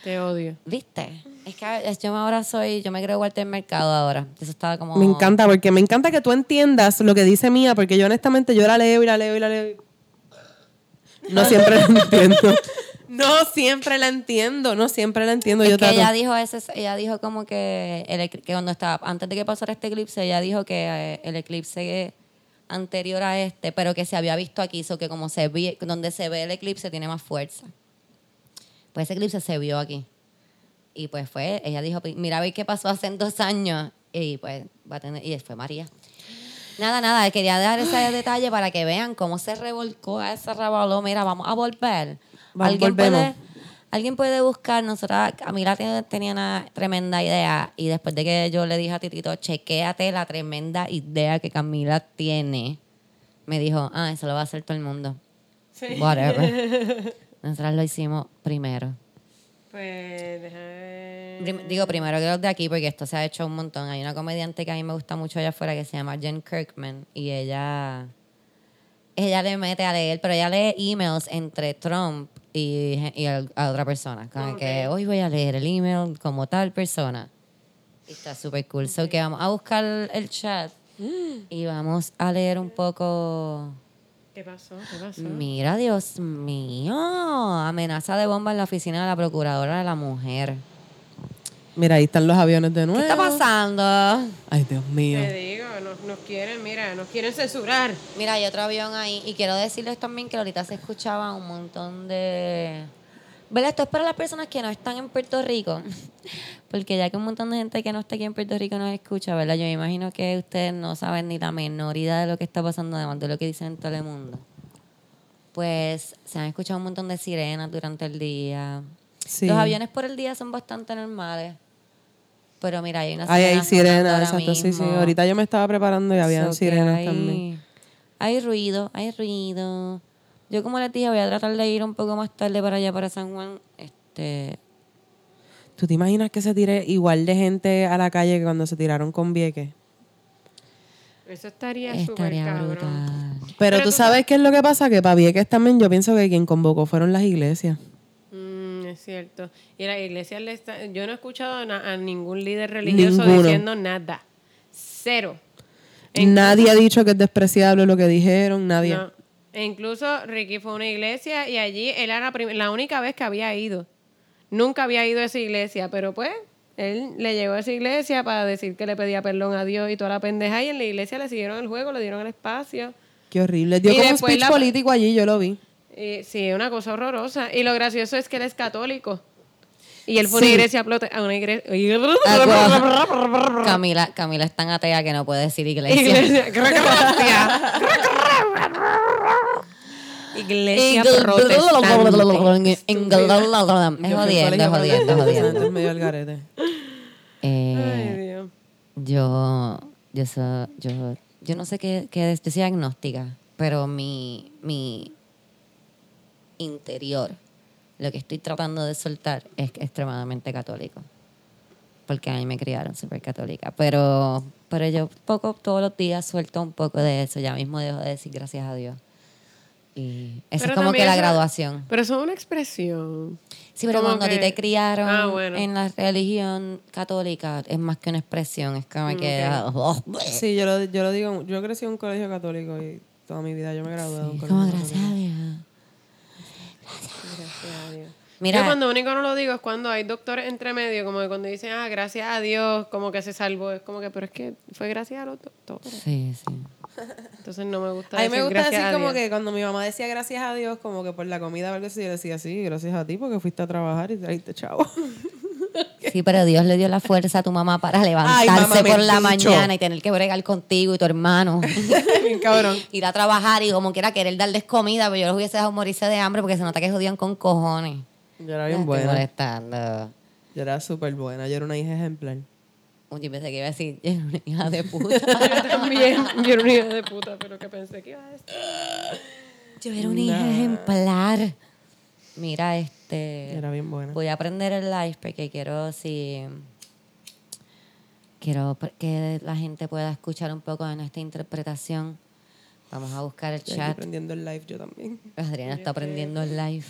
Te odio. ¿Viste? Es que es- yo ahora soy, yo me creo Walter Mercado ahora. Eso estaba como... Me encanta, porque me encanta que tú entiendas lo que dice Mía, porque yo honestamente yo la leo y la leo y la leo. y- No siempre la entiendo. No siempre la entiendo, no siempre la entiendo. Es yo que trato. ella dijo, ese, ella dijo como que, el, ecl- que cuando estaba, antes de que pasara este eclipse, ella dijo que eh, el eclipse anterior a este, pero que se había visto aquí, so que como se vi, donde se ve el eclipse tiene más fuerza. Pues ese eclipse se vio aquí. Y pues fue, ella dijo, mira, ve qué pasó hace dos años. Y pues va a tener, y fue María. Nada, nada, quería dar ese detalle para que vean cómo se revolcó, se revoló. Mira, vamos a volver. Vamos, ¿Alguien volvemos. puede, alguien puede buscar, nosotras, Camila te- tenía una tremenda idea y después de que yo le dije a Titito, chequéate la tremenda idea que Camila tiene, me dijo, ah, eso lo va a hacer todo el mundo. Whatever. Nosotras lo hicimos primero. Pues, déjame ver. Prim- digo primero que los de aquí, porque esto se ha hecho un montón. Hay una comediante que a mí me gusta mucho allá afuera que se llama Jen Kirkman y ella. Ella le mete a leer, pero ella lee emails entre Trump y, gen- y al- a otra persona. Como que hoy voy a leer el email como tal persona. Y está súper cool. So que vamos a buscar el chat y vamos a leer un poco. ¿Qué pasó? ¿Qué pasó? Mira, Dios mío. Amenaza de bomba en la oficina de la procuradora de la mujer. Mira, ahí están los aviones de nuevo. ¿Qué está pasando? Ay, Dios mío. Te digo, nos, nos quieren, mira, nos quieren censurar. Mira, hay otro avión ahí. Y quiero decirles también que ahorita se escuchaba un montón de. ¿Verdad? Esto es para las personas que no están en Puerto Rico. Porque ya que un montón de gente que no está aquí en Puerto Rico nos escucha, ¿verdad? Yo me imagino que ustedes no saben ni la menor idea de lo que está pasando, además de lo que dicen en todo el mundo. Pues se han escuchado un montón de sirenas durante el día. Sí. Los aviones por el día son bastante normales. Pero mira, hay una Ay, hay sirenas, sonando ahora exacto, sí, sí. mismo. Ahorita yo me estaba preparando y habían So que sirenas hay- también. Hay ruido, hay ruido. Yo como les dije, voy a tratar de ir un poco más tarde para allá, para San Juan. Este, ¿Tú te imaginas que se tire igual de gente a la calle que cuando se tiraron con Vieques? Eso estaría súper estaría cabrón. brutal. Pero, tú sabes qué es lo que pasa, que para Vieques también yo pienso que quien convocó fueron las iglesias. Mm, es cierto. Y la iglesia le está... Yo no he escuchado na- a ningún líder religioso Ninguno. diciendo nada. Cero. nadie ha dicho que es despreciable lo que dijeron, nadie. No. E incluso Ricky fue a una iglesia y allí él era la prim- la única vez que había ido. Nunca había ido a esa iglesia, pero pues él le llegó a esa iglesia para decir que le pedía perdón a Dios y toda la pendeja. Y en la iglesia le siguieron el juego, le dieron el espacio. Qué horrible. Dio Y como un después speech la- político allí, yo lo vi. Y, sí, una cosa horrorosa. Y lo gracioso es que él es católico. Y él fue a Sí. una iglesia prote- a una igre- Ah, Agua. Camila, Camila es tan atea que no puede decir iglesia. iglesia. Iglesia. Iglesia protestante. Es Yo fui al jodiendo, colegio es jodiendo, es protestante, jodiendo. es medio al garete. Ay, Eh, Yo, Dios. yo, so- yo, yo no sé qué, qué es, yo soy agnóstica, pero mi, mi interior, lo que estoy tratando de soltar es extremadamente católico. Porque a mí me criaron súper católica. Pero, pero yo poco, todos los días suelto un poco de eso. Ya mismo dejo de decir gracias a Dios. Y esa Pero es como que también la eso- graduación. Pero eso es una expresión. Sí, pero Como cuando a ti que- te criaron Ah, bueno. en la religión católica, es más que una expresión, es como que... Mm, oh, bleh. Sí, yo lo, yo lo digo, yo crecí en un colegio católico y toda mi vida yo me gradué de un Es colegio como católico. gracias a Dios. Yo Mira, cuando único no lo digo es cuando hay doctores entre medio, como que cuando dicen, ah, gracias a Dios, como que se salvó. Es como que, pero es que fue gracias a los doctores. sí, sí. Entonces no me gusta A mí me decir gusta gracias decir a como Dios. que cuando mi mamá decía gracias a Dios, como que por la comida o algo así, yo decía sí, gracias a ti porque fuiste a trabajar y traíste chavo. Sí, pero Dios le dio la fuerza a tu mamá para levantarse mamá, me por la picho. mañana y tener que bregar contigo y tu hermano. Bien cabrón. Ir a trabajar y como quiera querer darles comida, pero yo los hubiese dejado morirse de hambre porque se nota que jodían con cojones. Yo era Me bien estoy buena. molestando. Yo era súper buena. Yo era una hija ejemplar. Eh, Uy, Yo pensé que iba a decir, "Yo era una hija de puta. Yo también, yo era una hija de puta, pero que pensé que iba a decir. Yo era una hija ejemplar. Mira, este... Yo era bien buena. Voy a aprender el live porque quiero si quiero pr- que la gente pueda escuchar un poco de nuestra interpretación. Vamos a buscar el Yo estoy chat. aprendiendo el live yo también. Adriana está aprendiendo el live.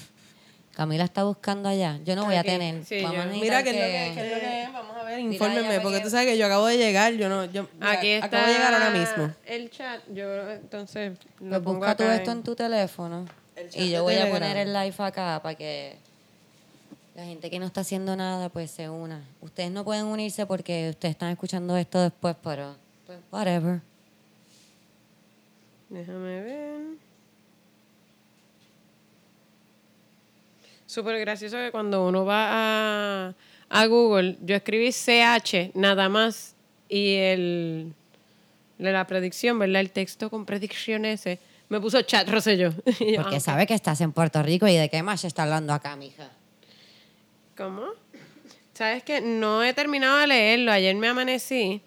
Camila está buscando allá. Ah, Yo no voy a Aquí. tener. Sí, Vamos yo- a necesitar Mira, ¿qué es, lo que, qué es lo que es? Vamos a ver, infórmenme, ya, porque porque- tú sabes que yo acabo de llegar, yo no, yo mira, Aquí está. acabo de llegar ahora mismo. El chat, yo entonces lo Pues pongo busca todo acá esto en tu teléfono. El chat Y de yo voy a Telegram. poner el live acá para que la gente que no está haciendo nada pues se una. Ustedes no pueden unirse porque ustedes están escuchando esto después, pero pues, whatever. Déjame ver. Súper gracioso que cuando uno va a, a Google, yo escribí CH nada más y el de la predicción, ¿verdad? El texto con predicciones ese, me puso chat Rosselló. Y yo, Porque ah, sabe que estás en Puerto Rico y de qué más se está hablando acá, mija. ¿Cómo? ¿Sabes que No he terminado de leerlo. Ayer me amanecí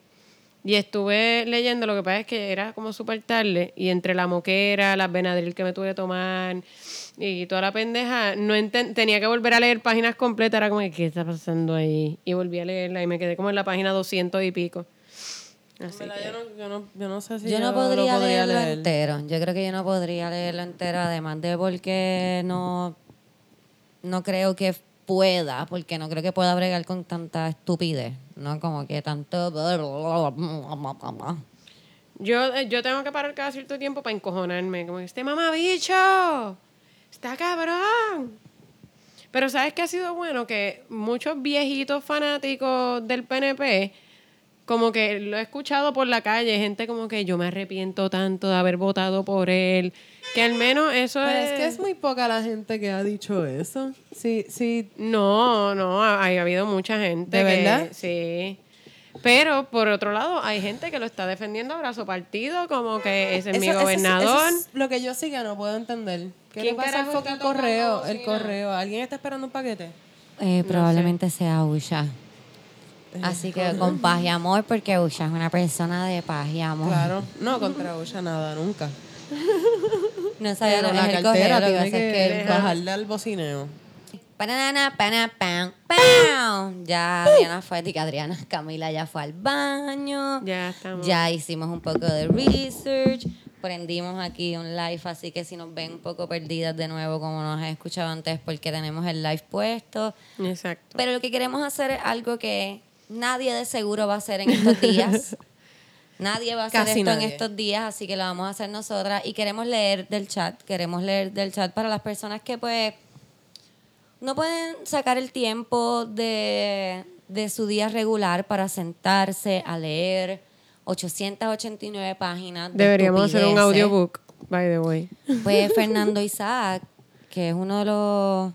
y estuve leyendo. Lo que pasa es que era como súper tarde y entre la moquera, las Benadryl que me tuve que tomar y toda la pendeja, no enten- tenía que volver a leer páginas completas. Era como, que, ¿qué está pasando ahí? Y volví a leerla y me quedé como en la página 200 y pico. Así En verdad, que- yo, no, yo, no, yo no sé si yo no lo podría, leerlo leer. entero. Yo creo que yo no podría leerlo entero, además de porque no, no creo que pueda, porque no creo que pueda bregar con tanta estupidez, ¿no? Como que tanto... Yo, eh, yo tengo que parar cada cierto tiempo para encojonarme. Como que este mamabicho está cabrón. Pero ¿sabes qué ha sido bueno? Que muchos viejitos fanáticos del PNP, como que lo he escuchado por la calle, gente como que yo me arrepiento tanto de haber votado por él. Que al menos eso Pues Pero es... es que es muy poca la gente que ha dicho eso. Sí, sí. No, no, ha, ha habido mucha gente. ¿De que- verdad? Sí. Pero, por otro lado, hay gente que lo está defendiendo a brazo partido, como que ese es mi Eso- eso- gobernador. eso es lo que yo sí que no puedo entender. ¿Qué le ¿Quién pasa al carajo está fucking tocando correo? bocina? El correo. ¿Alguien está esperando un paquete? Eh, probablemente sea Usha. Así que con paz y amor, porque Usha es una persona de paz y amor. Claro. No, contra Usha nada, nunca. No sabía Pero lo la que es el correo, cartera lo que tiene pasa es que que bajarle al bocineo. Panana, pana, pan, pan. Ya Adriana fue, diga Adriana, Camila ya fue al baño. Ya estamos. Ya hicimos un poco de research. Prendimos aquí un live, así que si nos ven un poco perdidas de nuevo, como nos han escuchado antes, porque tenemos el live puesto. Exacto. Pero lo que queremos hacer es algo que nadie de seguro va a hacer en estos días. nadie va a hacer Casi esto en nadie. estos días, así que lo vamos a hacer nosotras. Y queremos leer del chat, queremos leer del chat para las personas que pues no pueden sacar el tiempo de, de su día regular para sentarse a leer 889 páginas. de Deberíamos hacer un estupideces. audiobook, by the way. Pues Fernando Isaac, que es uno de los,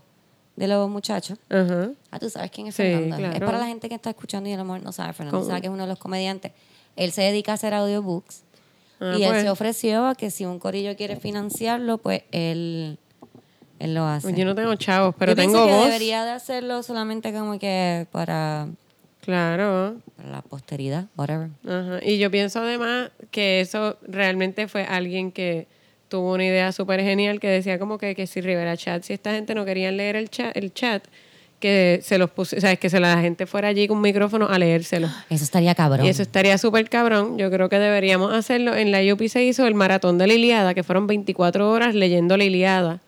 de los muchachos. Ajá. Ah, tú sabes quién es Sí, Fernando. Es claro. para la gente que está escuchando y a lo mejor no sabe. Fernando ¿Cómo? sabe que es uno de los comediantes. Él se dedica a hacer audiobooks. Ah, y él pues. se ofreció a que si un corillo quiere financiarlo, pues él, él lo hace. Yo no tengo chavos, pero Yo pienso tengo que voz. debería de hacerlo solamente como que para, Claro. para la posteridad, whatever. Ajá. Y yo pienso además que eso realmente fue alguien que tuvo una idea súper genial que decía como que, que si Rivera Chat, si esta gente no quería leer el chat, el chat que se los puse, sabes que se la gente fuera allí con un micrófono a leérselo. Eso estaría cabrón. Y eso estaría súper cabrón. Yo creo que deberíamos hacerlo. En la IUP se hizo el maratón de la Iliada, que fueron 24 horas leyendo la Iliada.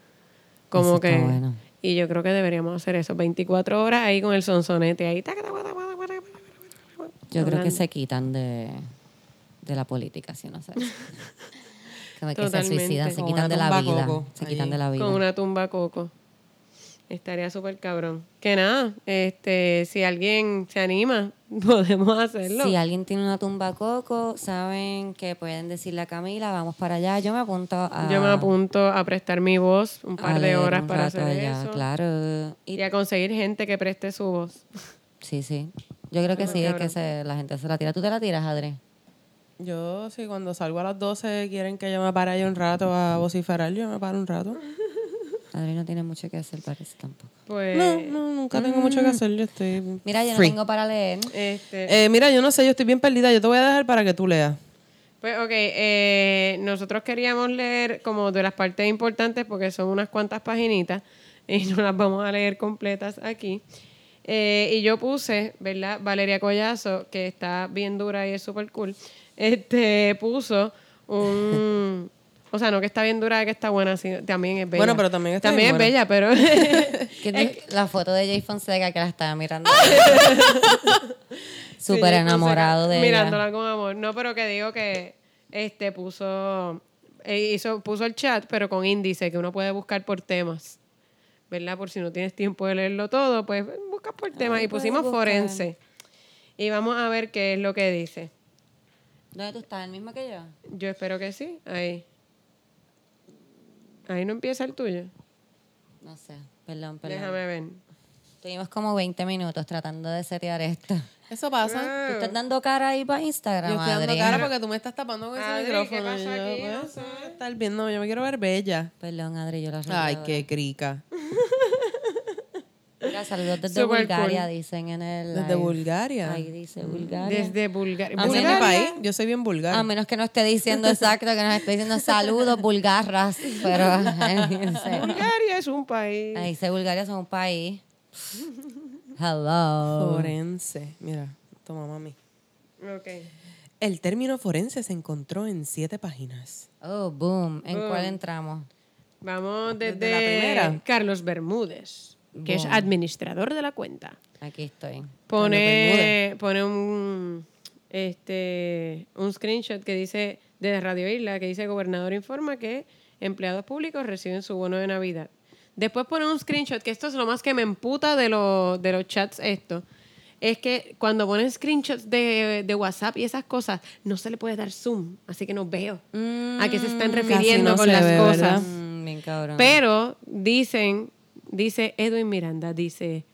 Como Eso está que. bueno. Y yo creo que deberíamos hacer eso. 24 horas ahí con el sonsonete ahí. taca, taca, taca, taca, taca, taca, taca, Yo creo que hablando. se quitan de, de la política si no se hace. Como que se Totalmente. suicidan, se Con quitan una de la tumba vida. coco Se allí. quitan de la vida. Con una tumba coco. Estaría súper cabrón. Que nada, este, si alguien se anima, podemos hacerlo. Si alguien tiene una tumba coco, saben que pueden decirle a Camila, vamos para allá. Yo me apunto a. Yo me apunto a prestar mi voz un ah. a par de leer horas un para rato hacer allá, eso. Claro. Y- Y a conseguir gente que preste su voz. sí, sí. Yo creo que sí, es que se- la gente se la tira. ¿Tú te la tiras, Adri? Yo, si cuando salgo a las 12 quieren que yo me pare ahí un rato a vociferar, yo me paro un rato. Adri no tiene mucho que hacer, parece tampoco. Pues, No, no, nunca tengo mucho que hacer, Mm. yo estoy... Mira, yo no Free. tengo para leer. este, Eh, mira, yo no sé, yo estoy bien perdida, yo te voy a dejar para que tú leas. pues ok, eh, nosotros queríamos leer como de las partes importantes porque son unas cuantas paginitas y no las vamos a leer completas aquí. Eh, y yo puse, ¿verdad? Valeria Collazo, que está bien dura y es súper cool, este, puso un... O sea, no que está bien dura, que está buena, sino también es bella. Bueno, pero también está También bien es bella, pero... Que tú- la foto de Jay Fonseca que la estaba mirando. Súper enamorado de Mirándola ella. con amor. No, pero que digo que este puso, eh, hizo, puso el chat, pero con índice, que uno puede buscar por temas. ¿Verdad? Por si no tienes tiempo de leerlo todo, pues buscas por temas. Y puedes pusimos buscar. forense. Y vamos a ver qué es lo que dice. ¿Dónde tú estás? ¿El mismo que yo? Yo espero que sí. Ahí. Ahí no empieza el tuyo. No sé. Perdón, perdón. Déjame ver. Tuvimos como 20 minutos tratando de setear esto. Eso pasa. ¿Tú estás dando cara ahí para Instagram, Yo estoy dando Adri? cara porque tú me estás tapando con ese Adri, ¿qué micrófono. pasa y yo, aquí? pues, No sé. estar viendo, yo me quiero ver bella. Perdón, Adri, yo la arreglé Ay, ahora. qué crica. Mira, saludos desde Super Bulgaria, cool. dicen en el Desde live. Bulgaria. Ahí dice Bulgaria. Desde Bulgaria. Ah, Ese es mi Bulgaria. país. Yo soy bien A vulgar. menos que no esté diciendo exacto, que nos esté diciendo saludos bulgarras, pero ahí dice, Bulgaria es un país. ahí dice Bulgaria son un país. Hello. Forense. Mira, toma mami. Ok. El término forense se encontró en siete páginas. Oh, boom. ¿En cuál entramos? Vamos desde, Desde la primera. Carlos Bermúdez, que es Bueno. administrador de la cuenta. Aquí estoy. Pone, pone un, este, un screenshot que dice de Radio Isla, que dice gobernador informa que empleados públicos reciben su bono de Navidad. Después pone un screenshot, que esto es lo más que me emputa de, lo- de los chats esto. Es que cuando ponen screenshots de, de WhatsApp y esas cosas, no se le puede dar zoom, así que no veo a qué se están refiriendo no con se las ve, cosas. ¿verdad? Mm, bien cabrón. Pero dicen, dice Edwin Miranda, dice,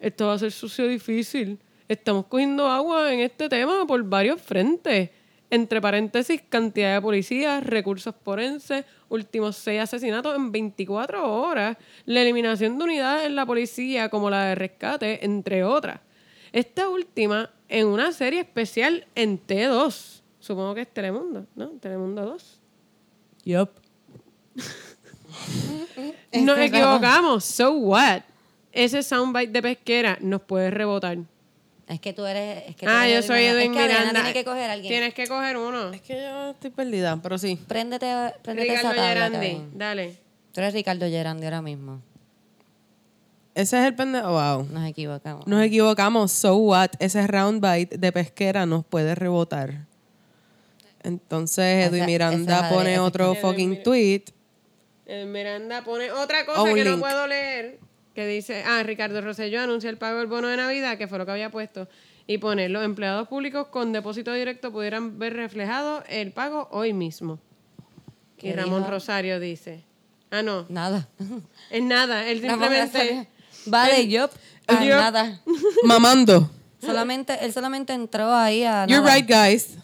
esto va a ser sucio difícil. Estamos cogiendo agua en este tema por varios frentes. Entre paréntesis, cantidad de policías, recursos forenses, últimos seis asesinatos en 24 horas, la eliminación de unidades en la policía como la de rescate, entre otras. Esta última en una serie especial en T2. Supongo que es Telemundo, ¿no? Telemundo 2. Yup. Este Nos equivocamos. So what? Ese soundbite de pesquera nos puede rebotar. es que tú eres. Es que tú ah, yo eres soy Adriana. Edwin es que Adriana Miranda. Tiene que coger a alguien. Tienes que coger uno. Es que yo estoy perdida, pero sí. Préndete, préndete Ricardo esa tabla, Gerandi, cabrón. dale. Tú eres Ricardo Gerandi ahora mismo. Ese es el pendejo. Wow. Nos equivocamos. Nos equivocamos. So what? Ese round bite de pesquera nos puede rebotar. Entonces Edwin Esa- Miranda esa madre, pone esa- otro fucking tweet. El Miranda pone otra cosa O un que no link. puedo leer. Que dice, ah, Ricardo Rosselló anuncia el pago del bono de Navidad, que fue lo que había puesto. Y pone, los empleados públicos con depósito directo pudieran ver reflejado el pago hoy mismo. ¿Qué Y Ramón dijo? Rosario dice, ah, no, Nada. es nada, él simplemente... Vale, yo. a Yup. Nada. Mamando. Solamente, él solamente entró ahí a, You're nada, right, guys.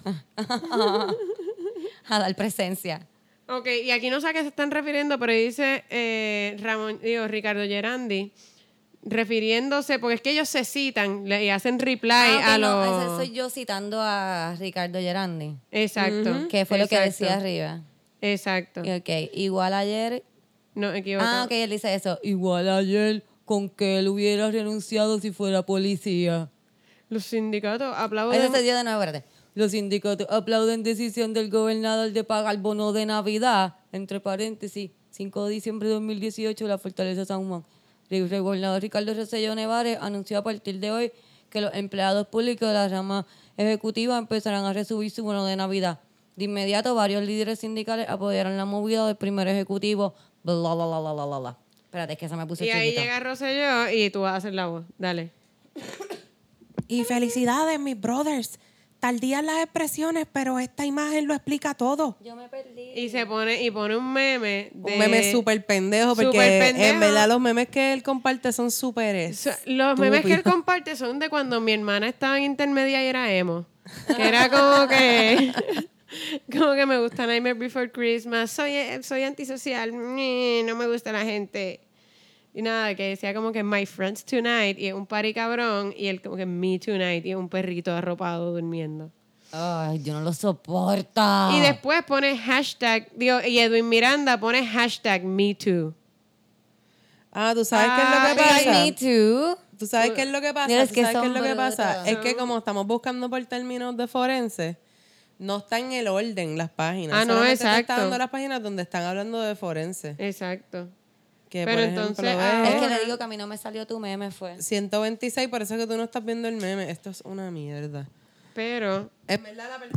a dar presencia. Ok, y aquí no sé a qué se están refiriendo, pero dice eh, Ramón, digo, Ricardo Gerandi, refiriéndose, porque es que ellos se citan le- y hacen reply Ah, a ok, no, los... ese soy yo citando a Ricardo Gerandi, Exacto. que fue lo que exacto, decía arriba. Exacto. Y, Ok, igual ayer. No, equivocado. Ah, ok, él dice eso. Igual ayer con que él hubiera renunciado si fuera policía. Los sindicatos Eso aplauden... se dio de nuevo, espérate. Los sindicatos aplauden decisión del gobernador de pagar bono de Navidad, entre paréntesis, 5 de diciembre de 2018, la Fortaleza San Juan. El gobernador Ricardo Rosselló Nevares anunció a partir de hoy que los empleados públicos de la rama ejecutiva empezarán a recibir su bono de Navidad. De inmediato, varios líderes sindicales apoyaron la movida del primer ejecutivo. Bla, bla, bla, bla, bla, bla, bla. Espérate, es que se me puso Y ahí chiquito. llega Rosselló y tú vas a hacer la voz. Dale. Y felicidades, mis brothers. Tardían las expresiones, pero esta imagen lo explica todo. Yo me perdí. Y se pone, y pone un meme de... Un meme súper pendejo, porque Súper pendejo. en verdad los memes que él comparte son súper So- Los memes que él comparte son de cuando mi hermana estaba en intermedia y era emo. Que era como que. Como que me gusta Nightmare Before Christmas. Soy, eh, soy antisocial. ñe, No me gusta la gente. Y nada, que decía como que My Friends Tonight. Y un party cabrón. Y él como que Me Tonight. Y un perrito arropado durmiendo. Ay, yo no lo soporto. Y después pone hashtag. Digo, y Edwin Miranda pone hashtag Me Too. Ah, ¿tú sabes qué Pero es me lo que pasa? too. ¿Tú sabes qué es lo que pasa? Mira, es ¿Tú que sabes qué son es lo que pasa? brutos. Es que como estamos buscando por términos de forense, no está en el orden las páginas. Ah, no, Solamente te exacto. está dando las páginas donde están hablando de forense. Exacto. Que Pero por entonces, ejemplo, ah, eh. es Es que Ajá. le digo que a mí no me salió tu meme, fue. 126, por eso es que tú no estás viendo el meme. Esto es una mierda. Pero. En verdad, la, per-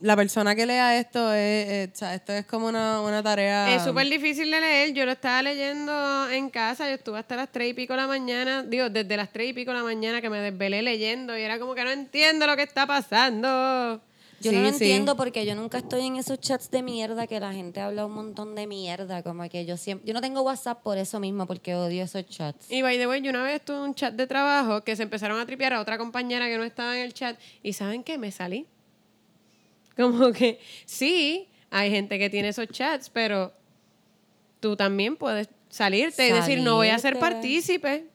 la persona que lea esto es, eh, o sea, esto es como una, una tarea. Es súper difícil de leer. Yo lo estaba leyendo en casa. Yo estuve hasta las tres y pico de la mañana. Digo, desde las tres y pico de la mañana que me desvelé leyendo. Y era como que no entiendo lo que está pasando. Yo Sí, no lo sí. entiendo porque yo nunca estoy en esos chats de mierda que la gente habla un montón de mierda. Como que yo siempre. Yo no tengo WhatsApp por eso mismo, porque odio esos chats. Y by the way, yo una vez tuve un chat de trabajo que se empezaron a tripear a otra compañera que no estaba en el chat. ¿Y saben qué? Me salí. Como que sí, hay gente que tiene esos chats, pero tú también puedes salirte y decir, no voy a ser Salirte. partícipe.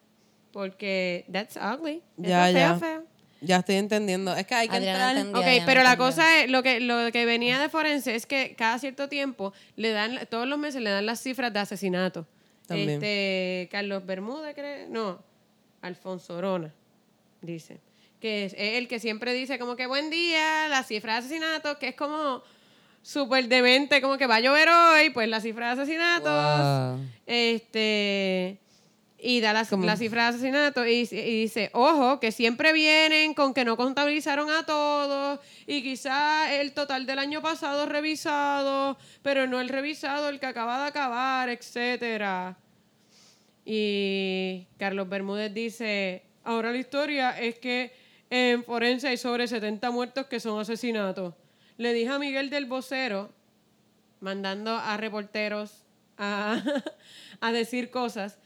Porque that's ugly. Eso Ya, es ya. feo, feo. Ya estoy entendiendo. Es que hay que Adriana entrar. entendió. Ok, Diana, pero la también. cosa es, lo que, lo que venía de Forense es que cada cierto tiempo le dan, todos los meses le dan las cifras de asesinato. También. Este, Carlos Bermúdez, creo, no, Alfonso Orona, dice. Que es el que siempre dice como que buen día, la cifra de asesinato, que es como súper demente, como que va a llover hoy, pues la cifra de asesinatos. Este. Y da las- la, cifra de asesinato y, dice- y dice, ojo, que siempre vienen con que no contabilizaron a todos y quizá el total del año pasado revisado, pero no el revisado, el que acaba de acabar, etcétera. Y Carlos Bermúdez dice, ahora la historia es que en Forense hay sobre 70 muertos que son asesinatos. Le dije a Miguel del Vocero, mandando a reporteros a, a decir cosas.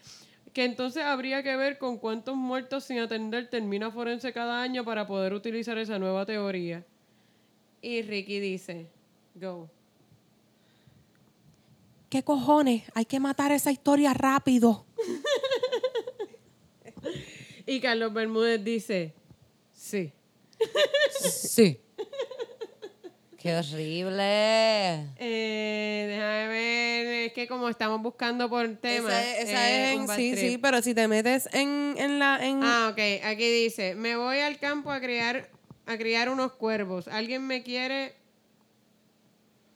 Que entonces habría que ver con cuántos muertos sin atender termina forense cada año para poder utilizar esa nueva teoría. Y Ricky dice, go. ¿Qué cojones? Hay que matar esa historia rápido. Y Carlos Bermúdez dice, sí. Sí. ¡Qué horrible! Eh, déjame ver, es que como estamos buscando por tema. Esa es, esa eh, es un en- bad sí, trip. sí, pero si te metes en, en la... En, Ah, ok. Aquí dice, me voy al campo a criar, a criar unos cuervos. ¿Alguien me quiere?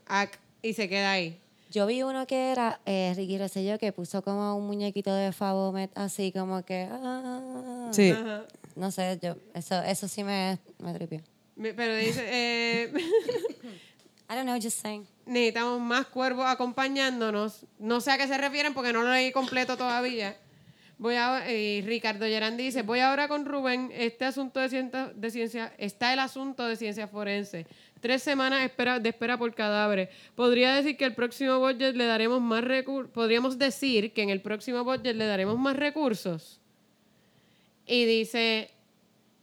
Ac- y se queda ahí. Yo vi uno que era eh, Ricky Rosselló que puso como un muñequito de Favomet así como que... ah. sí. Ajá. No sé, yo, eso, eso sí me, me tripió. Me- Pero dice, eh, I don't know, just saying. necesitamos más cuervos acompañándonos. No sé a qué se refieren porque no lo leí completo todavía. Voy a, y Ricardo Gerandi dice, voy ahora con Rubén, este asunto de ciencia, de ciencia, está el asunto de ciencia forense. Tres semanas espera, de espera por cadáveres. Podría decir que el próximo budget le daremos más recursos. Podríamos decir que en el próximo budget le daremos más recursos. Y dice,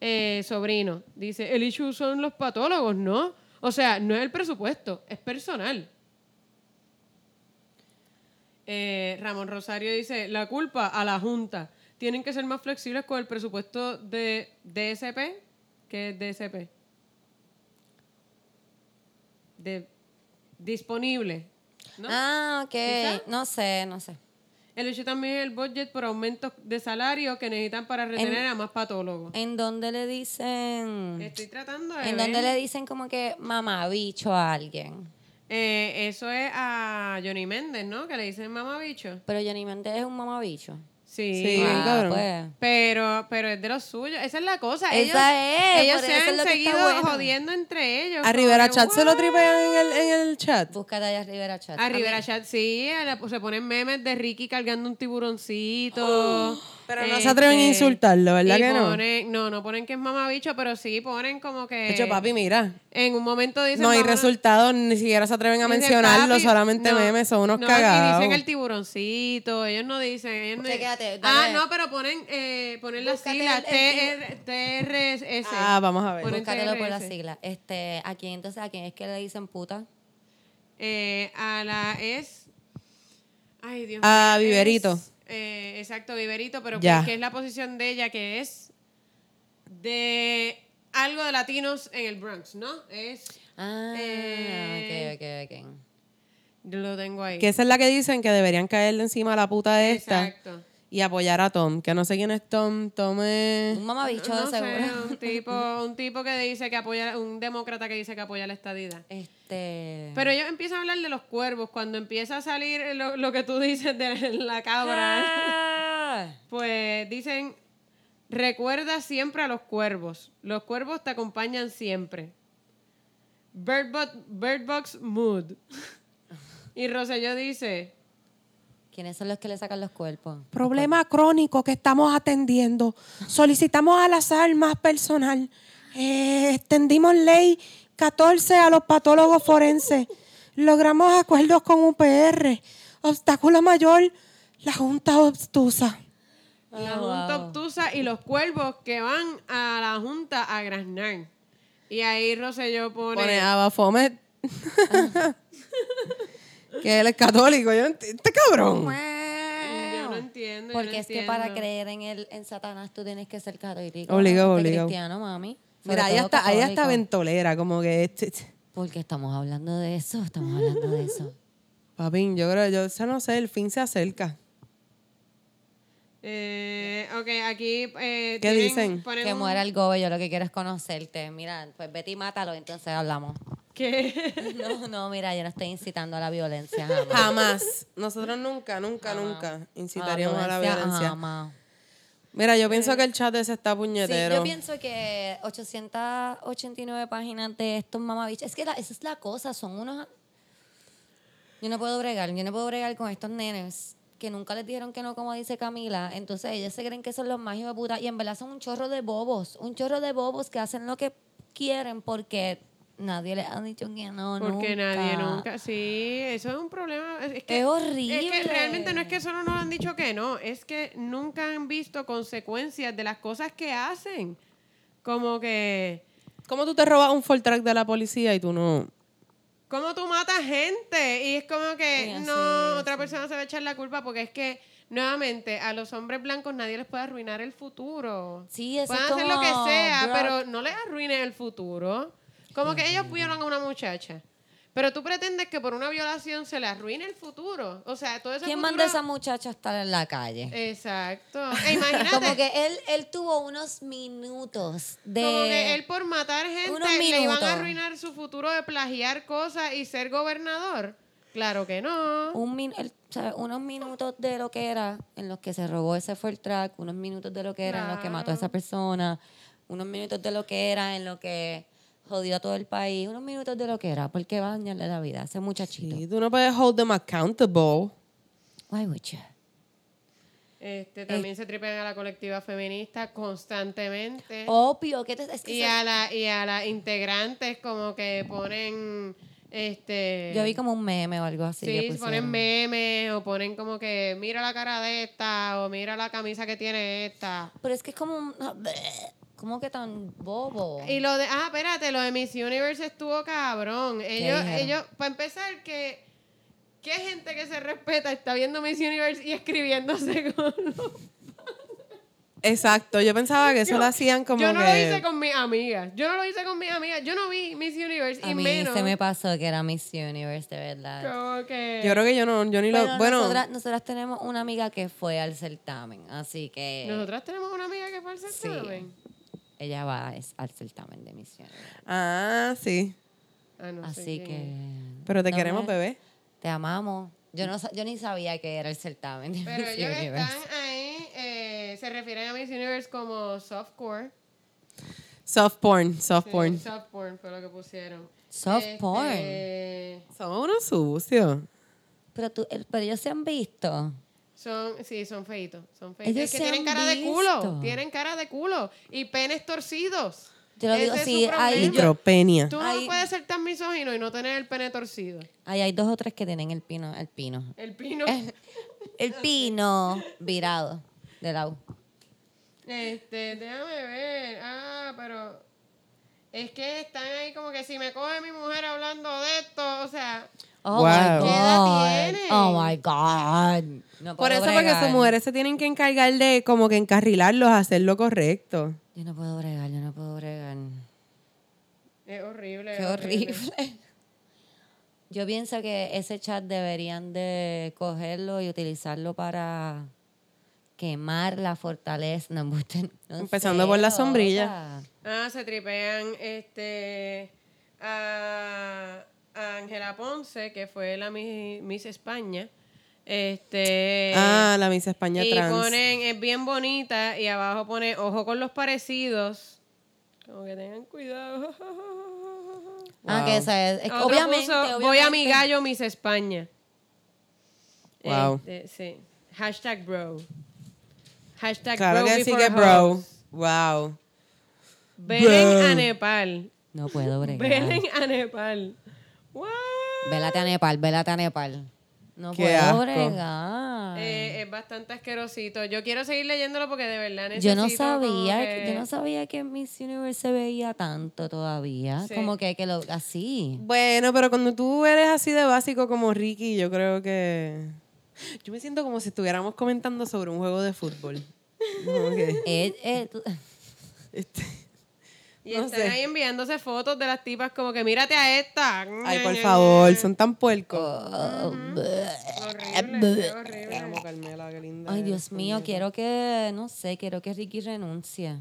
eh, sobrino, dice, el issue son los patólogos, ¿no? O sea, no es el presupuesto, es personal. Eh, Ramón Rosario dice, la culpa a la Junta. Tienen que ser más flexibles con el presupuesto de DSP. ¿Qué es DSP? De disponible. ¿no? Ah, ok. ¿Quizá? No sé, no sé. El issue también es el budget por aumentos de salario que necesitan para retener a más patólogos. ¿En dónde le dicen... Estoy tratando de ¿En ver. dónde le dicen como que mamabicho a alguien? Eh, eso es a Johnny Méndez, ¿no? Que le dicen mamabicho. Pero Johnny Méndez es un mamabicho. Sí. Sí, bien cabrón. pues. Pero, pero es de los suyos. Esa es la cosa. Esa es, Ah, Ellos, ellos por se eso han es lo que está seguido bueno. jodiendo entre ellos. A como Rivera que, Chat se lo "What?". tripean en el, en el chat. Búscate allá Rivera Chat. A mí- Rivera Chat sí, a la- se ponen memes de Ricky cargando un tiburoncito. Este, Pero no se atreven a insultarlo, ¿verdad y que no? ponen- no, no ponen que es mamabicho, pero sí ponen como que. De hecho, papi, mira. En un momento dicen. No hay "Vámonos". resultados, ni siquiera se atreven a Dicen, mencionarlo, "Papi, solamente no, memes, son unos no, y cagados. dicen el tiburoncito, ellos no dicen. ellos no- Chequéate, ah, Pues dale. no, pero ponen, eh, ponen las Búscate siglas el- el TR TRS. Ah, vamos a ver. Ponen Búscatelo por la TRS. sigla. Este, ¿a quién entonces a quién es que le dicen puta? Eh, a la es. Ay, Dios A mío, Viverito. es, eh, exacto, Viverito, pero Ya. que, que es la posición de ella que es de algo de latinos en el Bronx, ¿no? Es. Ah, Eh, ok, ok, ok. Lo tengo ahí. Que esa es la que dicen que deberían caerle encima a la puta esta Exacto. y apoyar a Tom. Que no sé quién es Tom. Tom es... Un mamabicho No de seguro. sé, un tipo, un tipo que dice que apoya, un demócrata que dice que apoya la estadidad. Eh. Este. Pero ellos empiezan a hablar de los cuervos, cuando empieza a salir lo, lo que tú dices de la cabra, Ah. pues dicen, recuerda siempre a los cuervos, los cuervos te acompañan siempre. Bird, Bo- Bird Box Mood. Y Rosselló dice, ¿Quiénes son los que le sacan los cuerpos? Problema crónico que estamos atendiendo. Solicitamos al azar más personal. Eh, extendimos ley 14 a los patólogos forenses. Logramos acuerdos con UPR. Obstáculo mayor, la Junta Obstusa. La Ah, Junta wow. Obtusa y los cuervos que van a la Junta a graznar. Y ahí Rosselló pone... Pone a Bafomet. que él es católico. Yo enti- este cabrón. yo no entiendo. yo Porque no es que para entiendo. creer en el, en Satanás tú tienes que ser católico. Obligado, obligado obligado. cristiano, mami. Sobre Mira, ahí todo está, ahí está católico. ventolera, como que... este, ch- ch- Porque estamos hablando de eso, estamos hablando de eso. Papín, yo creo, yo o sea, no sé, el fin se acerca. Eh, ok, aquí... eh, ¿Qué tienen- dicen? ponen Que un- muera el gobe, yo lo que quiero es conocerte. Mira, pues vete y mátalo, entonces hablamos. que- No, no, mira, yo no estoy incitando a la violencia jamás. Jamás. Nosotros nunca, nunca, nunca incitaríamos a la violencia. jamás. Mira, yo pienso que el chat ese está Sí, puñetero. yo pienso que 889 páginas de estos mamabichos. Es que la- esa es la cosa, son unos. Yo no puedo bregar, yo no puedo bregar con estos nenes que nunca les dijeron que no, como dice Camila. Entonces ellos se creen que son los más hijos de puta y en verdad son un chorro de bobos, un chorro de bobos que hacen lo que quieren porque nadie les ha dicho que no. Porque nadie nunca. Sí, eso es un problema. Es, que, Es horrible. Es que realmente no es que solo nos han dicho que no, es que nunca han visto consecuencias de las cosas que hacen. Como que. ¿Cómo tú te robas un full track de la policía y tú no? ¿Cómo tú matas gente? Y es como que Sí, así no, es, otra persona se va a echar la culpa porque es que, nuevamente, a los hombres blancos nadie les puede arruinar el futuro. Sí, eso Pueden es hacer lo que como, sea, bro. pero no les arruine el futuro. Como que ellos violan a una muchacha. Pero tú pretendes que por una violación se le arruine el futuro. O sea, todo eso. ¿Quién manda a esa muchacha a estar en la calle? Exacto. E imagínate. Como que él, él tuvo unos minutos de. Como que él por matar gente unos le iban minutos. a arruinar su futuro de plagiar cosas y ser gobernador. Claro que no. un min- el- o sea, unos minutos de lo que era en los que se robó ese el track, unos minutos de lo que era en los que mató a esa persona, unos minutos de lo que era en lo que jodió a todo el país, unos minutos de lo que era, porque va a dañarle la vida a ese muchachito. Sí, tú no puedes hold them accountable. Why would you? Este, Eh. también se tripean a la colectiva feminista constantemente. Obvio, que te- Oh, es que Eh, Y se- a la, y a las integrantes como que ponen este yo vi como un meme o algo así. que sí, ponen pusieron. memes o ponen como que mira la cara de esta o mira la camisa que tiene esta. Pero es que es como un- como que tan bobo. Y lo de, ah, espérate, lo de Miss Universe estuvo cabrón. Ellos, dijeron? ellos, para empezar, que qué gente que se respeta está viendo Miss Universe y escribiéndose con los- Exacto, yo pensaba que eso lo hacían como Yo no que... lo hice con mis amigas. Yo no lo hice con mis amigas. Yo no vi Miss Universe a y mí menos. se me pasó que era Miss Universe, de verdad. Como que. Yo creo que yo no, yo ni Pero lo... Bueno, nosotras, nosotras tenemos una amiga que fue al certamen, así que Nosotras tenemos una amiga que fue al certamen. ella va a- es al certamen de misiones. ah, sí, Ah, no sé Así quién que es. pero te No queremos, me- bebé. Te amamos. Yo no sa- yo ni sabía que era el certamen de Pero Miss ellos Universe. están ahí, eh, se refieren a Miss Universe como softcore. Soft porn, soft Sí, porn. Soft porn fue lo que pusieron. Soft porn. Este, Somos unos sucios. Pero tú, el- pero ellos se han visto. Son, sí, son feitos. Son feitos. Ellos es que se tienen han cara de visto. culo. Tienen cara de culo. Y penes torcidos. Yo lo Ese digo, es su sí, ahí, problema. yo- Micropenia. Tú no Ay. puedes ser tan misógino y no tener el pene torcido. ahí hay dos o tres que tienen el pino, el pino. El pino. Eh. El pino virado de la U. este, déjame ver. Ah, pero. Es que están ahí como que si me coge mi mujer hablando de esto, o sea. Oh Wow. my ¿Qué edad god. tienen? Oh my god. No Por puedo eso porque bregar. sus mujeres se tienen que encargar de como que encarrilarlos a hacer lo correcto. Yo no puedo bregar, yo no puedo bregar. Es horrible. Qué es horrible. Yo pienso que ese chat deberían de cogerlo y utilizarlo para quemar la fortaleza. No, embuste, no Empezando sé, por la sombrilla. loca. Ah, se tripean este a a Ángela Ponce, que fue la mi- Miss, España. Este ah, la Miss España y trans. ponen es bien bonita y abajo pone ojo con los parecidos. Como que tengan cuidado. Ah, que esa es. es que Otro obviamente, puso, voy a mi obviamente. gallo Miss España. Wow. Este, sí. Hashtag bro. Hashtag Claro bro que sí before que bro. hoes. Wow. Velen Bro. a Nepal. No puedo bregar. Velen a Nepal. What? Vélate a Nepal, vélate a Nepal. No Qué puedo asco. Ah. bregar. Eh, es bastante asquerosito. Yo quiero seguir leyéndolo porque de verdad necesito. yo no como sabía, que- yo no sabía que Miss Universe se veía tanto todavía. Sí. Como que, que lo así. Bueno, pero cuando tú eres así de básico como Ricky, yo creo que. Yo me siento como si estuviéramos comentando sobre un juego de fútbol. Como que, Eh, eh, tú- este, Y no están sé. ahí enviándose fotos de las tipas como que mírate a esta. Ay, por favor, son tan puercos. oh, Horrible, qué horrible. Te amo, Carmela, qué linda ay, eres, Dios mío, puñeta. quiero que, no sé, quiero que Ricky renuncie.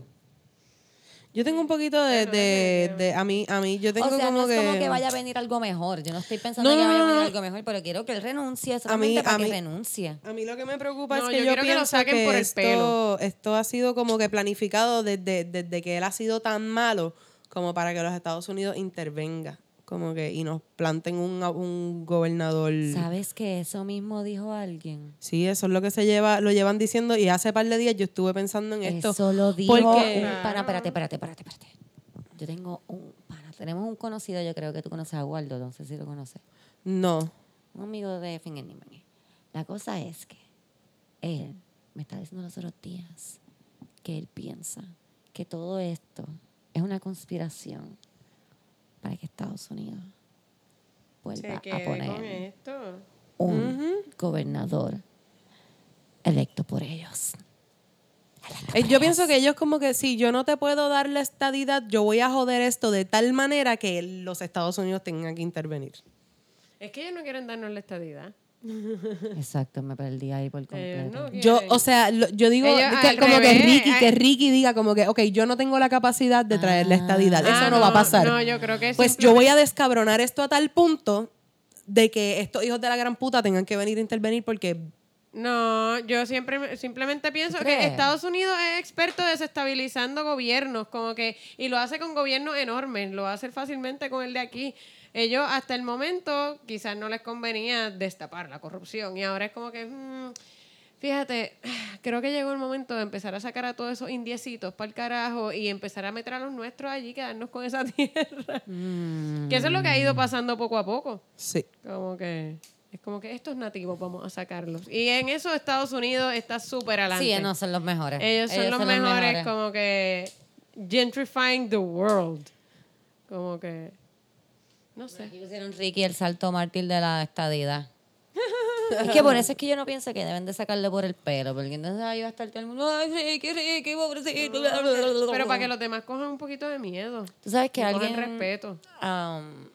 Yo tengo un poquito de. de, de- a, mí, a mí, yo tengo o sea, como, no es que, como que vaya a venir algo mejor. Yo no estoy pensando No, que vaya no, a venir no. algo mejor, pero quiero que él renuncie solamente para a que mí- renuncie. A mí lo que me preocupa es No, que yo yo, quiero que lo pienso saquen por el esto, pelo. esto ha sido como que planificado desde, desde que él ha sido tan malo como para que los Estados Unidos intervenga como que y nos planten un, un gobernador. ¿Sabes que eso mismo dijo alguien? Sí, eso es lo que se lleva, lo llevan diciendo y hace par de días yo estuve pensando en esto. Eso lo dijo porque- Ah. un pana. Espérate, espérate, espérate, espérate. Yo tengo un pana. Tenemos un conocido, yo creo que tú conoces a Waldo, no sé si lo conoces. No. Un amigo de Finger Nimani. La cosa es que él me está diciendo los otros días que él piensa que todo esto es una conspiración para que Estados Unidos Se vuelva a quede con poner esto. un gobernador electo por ellos. Eh, Yo pienso que ellos como que si yo no te puedo dar la estadidad, yo voy a joder esto de tal manera que los Estados Unidos tengan que intervenir. Es que ellos no quieren darnos la estadidad. Exacto, me perdí ahí por Ellos completo. Eh, no quieren. Yo, o sea, lo- yo digo Ellos que- al como revés, que Ricky, ay. que Ricky diga como que, ok, yo no tengo la capacidad de traer la estadidad. Ah, Eso no, va a pasar. No, yo creo que pues simple- yo voy a descabronar esto a tal punto de que estos hijos de la gran puta tengan que venir a intervenir porque No, yo siempre me- simplemente pienso ¿Tú que crees? Estados Unidos es experto desestabilizando gobiernos, como que y lo hace con gobiernos enormes, lo hace fácilmente con el de aquí. Ellos hasta el momento quizás no les convenía destapar la corrupción y ahora es como que mm, fíjate, creo que llegó el momento de empezar a sacar a todos esos indiecitos para el carajo y empezar a meter a los nuestros allí, quedarnos con esa tierra. Mm. Que eso es lo que ha ido pasando poco a poco. sí. Como que es como que estos nativos vamos a sacarlos. Y en eso Estados Unidos está súper adelante. Sí, no son los mejores. Ellos son los mejores, como que gentrifying the world. Como que no sé. Aquí pusieron Ricky el salto mártir de la estadidad. es que por eso es que yo no pienso que deben de sacarle por el pelo, porque entonces ahí va a estar todo el mundo, ay, Ricky, Ricky, pobrecito. bla, bla, bla, bla, Pero bla". para que los demás cojan un poquito de miedo. Tú sabes que Que cojan alguien... respeto. am,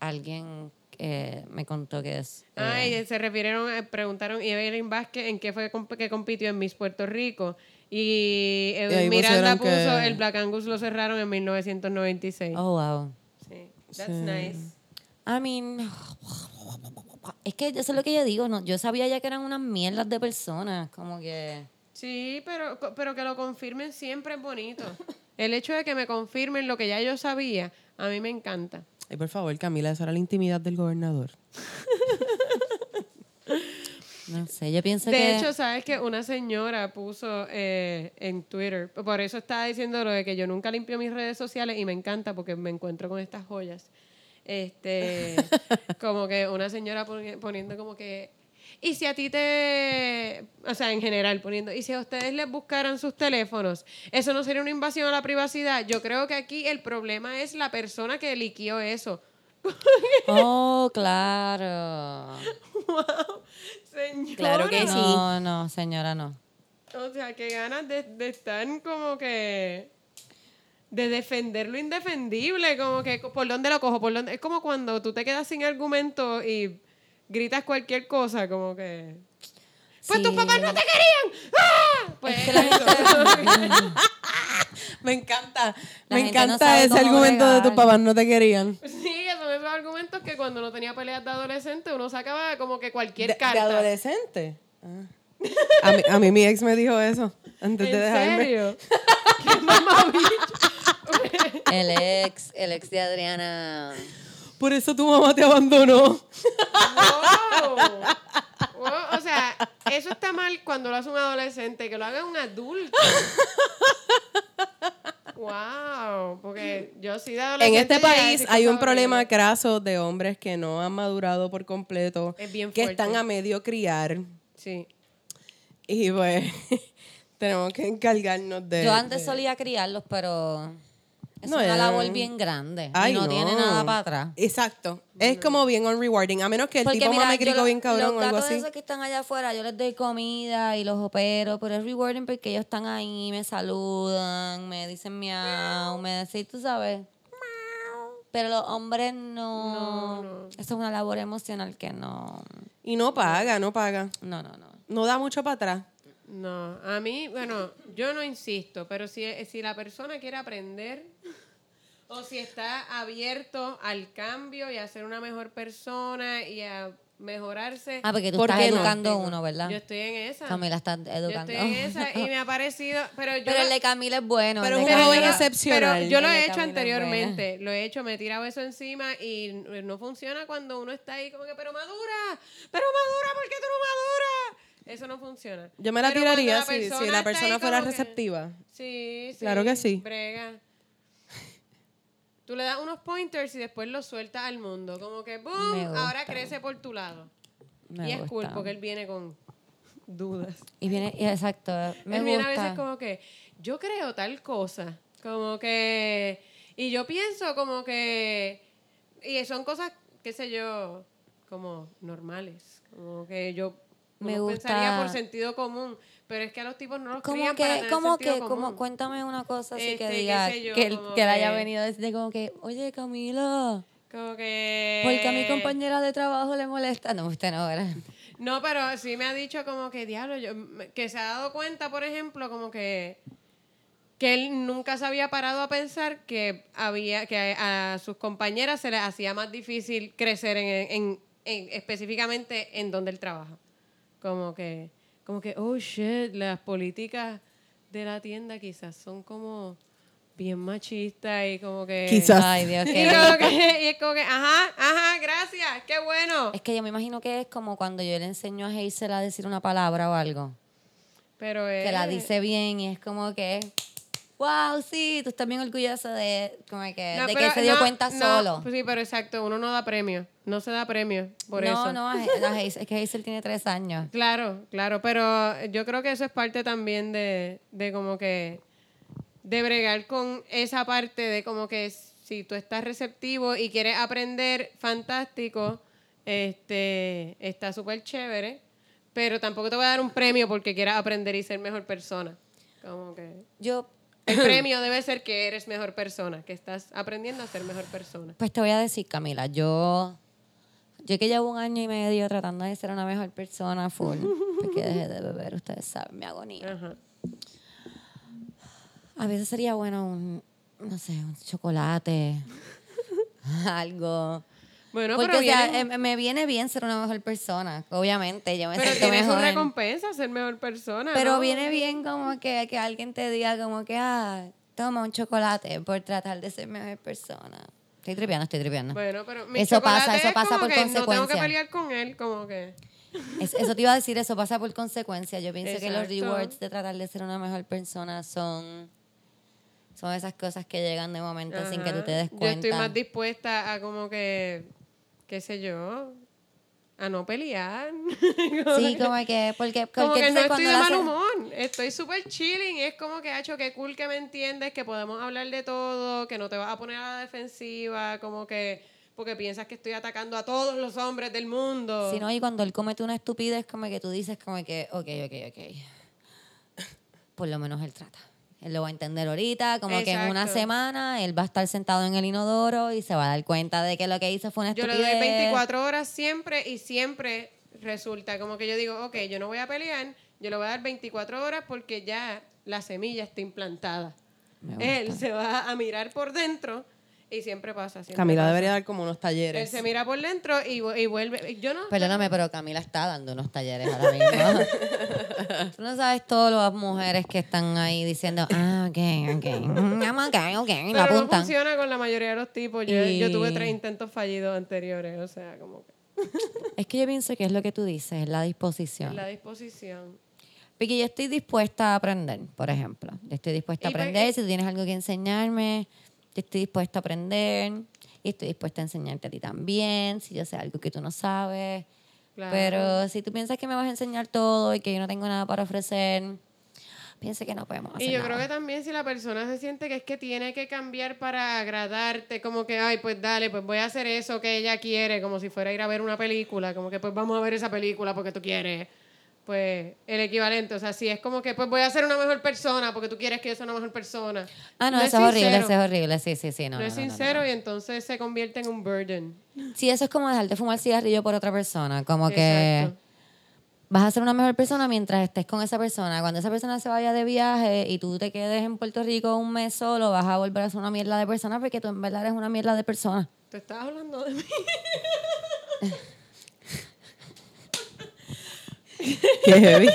alguien eh, me contó que es... eh, Ay, se refirieron, eh, preguntaron y Evelyn Vázquez en qué fue comp- que compitió en Miss Puerto Rico. Y eh, Y ahí Miranda pusieron puso que- el Black Angus lo cerraron en 1996. oh, wow. Sí. That's nice. I mean... Es que eso es lo que yo digo, no, yo sabía ya que eran unas mierdas de personas, como que... Sí, pero, co- pero que lo confirmen siempre es bonito. El hecho de que me confirmen lo que ya yo sabía, a mí me encanta. Ay, por favor, Camila, esa era la intimidad del gobernador. No sé, yo pienso que... De hecho, sabes que una señora puso eh, en Twitter, por eso estaba diciendo lo de que yo nunca limpio mis redes sociales y me encanta porque me encuentro con estas joyas. Este, como que una señora poni- poniendo como que y si a ti te, o sea, en general poniendo, y si a ustedes les buscaran sus teléfonos, eso no sería una invasión a la privacidad. Yo creo que aquí el problema es la persona que liquió eso. Oh, claro. Señora. Claro que sí. No, no, señora, no. O sea, qué ganas de, de estar como que. De defender lo indefendible, como que co- por dónde lo cojo, por dónde. Es como cuando tú te quedas sin argumento y gritas cualquier cosa, como que. Pues tus Sí. papás no te querían. ¡Ah! Pues Es que la gente- Me encanta, La me gente no encanta sabe ese cómo argumento de tus bregar. papás no te querían. sí, que son esos argumentos que cuando no tenía peleas de adolescente uno sacaba como que cualquier De, de carta. adolescente. Ah. A, mí, a mí mi ex me dijo eso antes ¿En de dejarme. serio? ¿Qué mamabicho. el ex, el ex de Adriana. Por eso tu mamá te abandonó. Wow. Wow, O sea, eso está mal cuando lo hace un adolescente, que lo haga un adulto. Wow, porque yo sí de En adolescente este llegué a país decir hay un cosas problema horribles. craso de hombres que no han madurado por completo, Es bien que fuerte. están a medio criar Sí. y pues tenemos que encargarnos de... Yo antes de- solía criarlos, pero es No, eh. una ya- labor bien grande. y no, tiene nada para atrás. Exacto. Es como bien unrewarding. A menos que el tipo mira, mame yo crico lo- bien cabrón o los algo gatos así. esos que están allá afuera, yo les doy comida y los opero, pero es rewarding porque ellos están ahí, me saludan, me dicen miau, me dicen, tú sabes. Pero los hombres no. Eso es una labor emocional que no. Y no paga, no paga. No, no, no. No da mucho para atrás. No, a mí, bueno, yo no insisto, pero si, si la persona quiere aprender o si está abierto al cambio y a ser una mejor persona y a mejorarse, Ah, porque tú ¿Por estás qué no? educando uno, ¿verdad? yo estoy en esa. Camila está yo educando. estoy en esa y me ha parecido, pero yo pero la- el de Camila es bueno. Pero el es de un joven Camila- excepcional. Pero yo lo Ella he hecho también es buena. anteriormente, lo he hecho, me he tirado eso encima y n- no funciona cuando uno está ahí como que, pero madura, pero madura, ¿por qué tú no maduras? Eso no funciona. Yo me la Pero cuando tiraría si, si está la ahí persona como fuera que- receptiva. Sí, sí. Claro que sí. Brega. Tú le das unos pointers y después los sueltas al mundo. Como que, Me ¡boom! Ahora gusta. crece por tu lado. Me y es cool gusta. porque él viene con dudas. Y viene, y exacto, me él viene gusta. a veces como que, yo creo tal cosa. Como que. Y yo pienso como que. Y son cosas, qué sé yo, como normales. Como que yo. Me uno gusta- pensaría por sentido común, pero es que a los tipos no los como crían para que, tener como sentido que, como común. cuéntame una cosa así Este, que qué diga sé yo, que, él- como que le haya que- venido desde como que, oye Camilo, Como que. porque a mi compañera de trabajo le molesta. No, usted no, ¿verdad? No, pero sí me ha dicho como que diablo, yo, me- que se ha dado cuenta, por ejemplo, como que que él nunca se había parado a pensar que había que a, a sus compañeras se les hacía más difícil crecer en, en- en- específicamente en donde él trabaja. Como que como que oh shit, las políticas de la tienda quizás son como bien machistas y como que Quizás. Ay, Dios, Y, qué como que- y es como que ajá, ajá, gracias, qué bueno. Es que yo me imagino que es como cuando yo le enseño a Hazel a decir una palabra o algo, Pero que la él- dice bien y es como que, wow, sí, tú estás bien orgulloso de, como que, No, Eh, de pero que se dio no, cuenta no, solo. pues sí, pero exacto, uno no da premio, no se da premio por no, eso. no, a Hazel- a Hazel- es que Hazel tiene tres años. Claro, claro, pero eh, yo creo que eso es parte también de, de como que, de bregar con esa parte de como que si tú estás receptivo y quieres aprender, fantástico, este, está súper chévere, pero tampoco te voy a dar un premio porque quieras aprender y ser mejor persona. Como que... Yo El premio debe ser que eres mejor persona, que estás aprendiendo a ser mejor persona. Pues te voy a decir, Camila, yo, yo que llevo un año y medio tratando de ser una mejor persona, full, porque dejé de beber, ustedes saben, mi agonía. Ajá. A veces sería bueno un, no sé, un chocolate, algo. Bueno, porque pero, o sea, viene- eh, me viene bien ser una mejor persona, obviamente, yo me pero siento tiene su mejor. recompensa ser mejor persona. Pero ¿no? viene bien como que, que alguien te diga como que, ah, toma un chocolate por tratar de ser mejor persona. Estoy tripeando, estoy tripeando. Bueno, pero mi Eso pasa, chocolate eso es pasa como por que No tengo que consecuencia. pelear con él, como que. Es- eso te iba a decir, eso pasa por consecuencia. Yo pienso que los Exacto. rewards de tratar de ser una mejor persona son, son esas cosas que llegan de momento sin que tú te des Ajá. Yo cuenta. estoy más dispuesta a como que, qué sé yo, a no pelear. sí, como que, porque, Como porque que entonces no estoy cuando de la mal haces- humor, estoy súper chilling. Es como que, hecho que cool que me entiendes, que podemos hablar de todo, que no te vas a poner a la defensiva, como que, porque piensas que estoy atacando a todos los hombres del mundo. Sí, no, y cuando él comete una estupidez, como que tú dices, como que, ok, ok, ok. Por lo menos él trata. Él lo va a entender ahorita, como que en una Exacto. semana él va a estar sentado en el inodoro y se va a dar cuenta de que lo que hizo fue una Yo le estupidez. doy 24 horas siempre y siempre resulta como que yo digo, ok, yo no voy a pelear, yo le voy a dar 24 horas porque ya la semilla está implantada. Me gusta. Él se va a mirar por dentro y siempre pasa. siempre Camila pasa. debería dar como unos Él talleres. se mira por dentro y, vu- y vuelve. Yo no. Perdóname, pero Camila está dando unos talleres ahora mismo. Tú no sabes todas las mujeres que están ahí diciendo, ah, ok, ok, mm, I'm ok, ok, y lo pero no apuntan. funciona con la mayoría de los tipos. Yo, Y- yo tuve tres intentos fallidos anteriores. O sea, como que es que yo pienso que es lo que tú dices, es la disposición. la disposición. Porque yo estoy dispuesta a aprender, por ejemplo. Yo estoy dispuesta a Y porque- aprender. Si tú tienes algo que enseñarme, yo estoy dispuesta a aprender. Y estoy dispuesta a enseñarte a ti también, si yo sé algo que tú no sabes. Claro. Pero si tú piensas que me vas a enseñar todo y que yo no tengo nada para ofrecer, piensa que no podemos hacer Y yo nada. creo que también si la persona se siente que es que tiene que cambiar para agradarte, como que, ay, pues dale, pues voy a hacer eso que ella quiere, como si fuera a ir a ver una película, como que pues vamos a ver esa película porque tú quieres, pues el equivalente, o sea, si es como que pues voy a ser una mejor persona porque tú quieres que yo sea una mejor persona. Ah, no, eso es horrible, eso es horrible. Sí, sí, sí. No, No, es no, no, no, sincero no. y entonces se convierte en un burden. Sí, eso es como dejar de fumar cigarrillo por otra persona. Como Exacto. que vas a ser una mejor persona mientras estés con esa persona. Cuando esa persona se vaya de viaje y tú te quedes en Puerto Rico un mes solo, vas a volver a ser una mierda de persona porque tú en verdad eres una mierda de persona. Tú estabas hablando de mí. Qué heavy.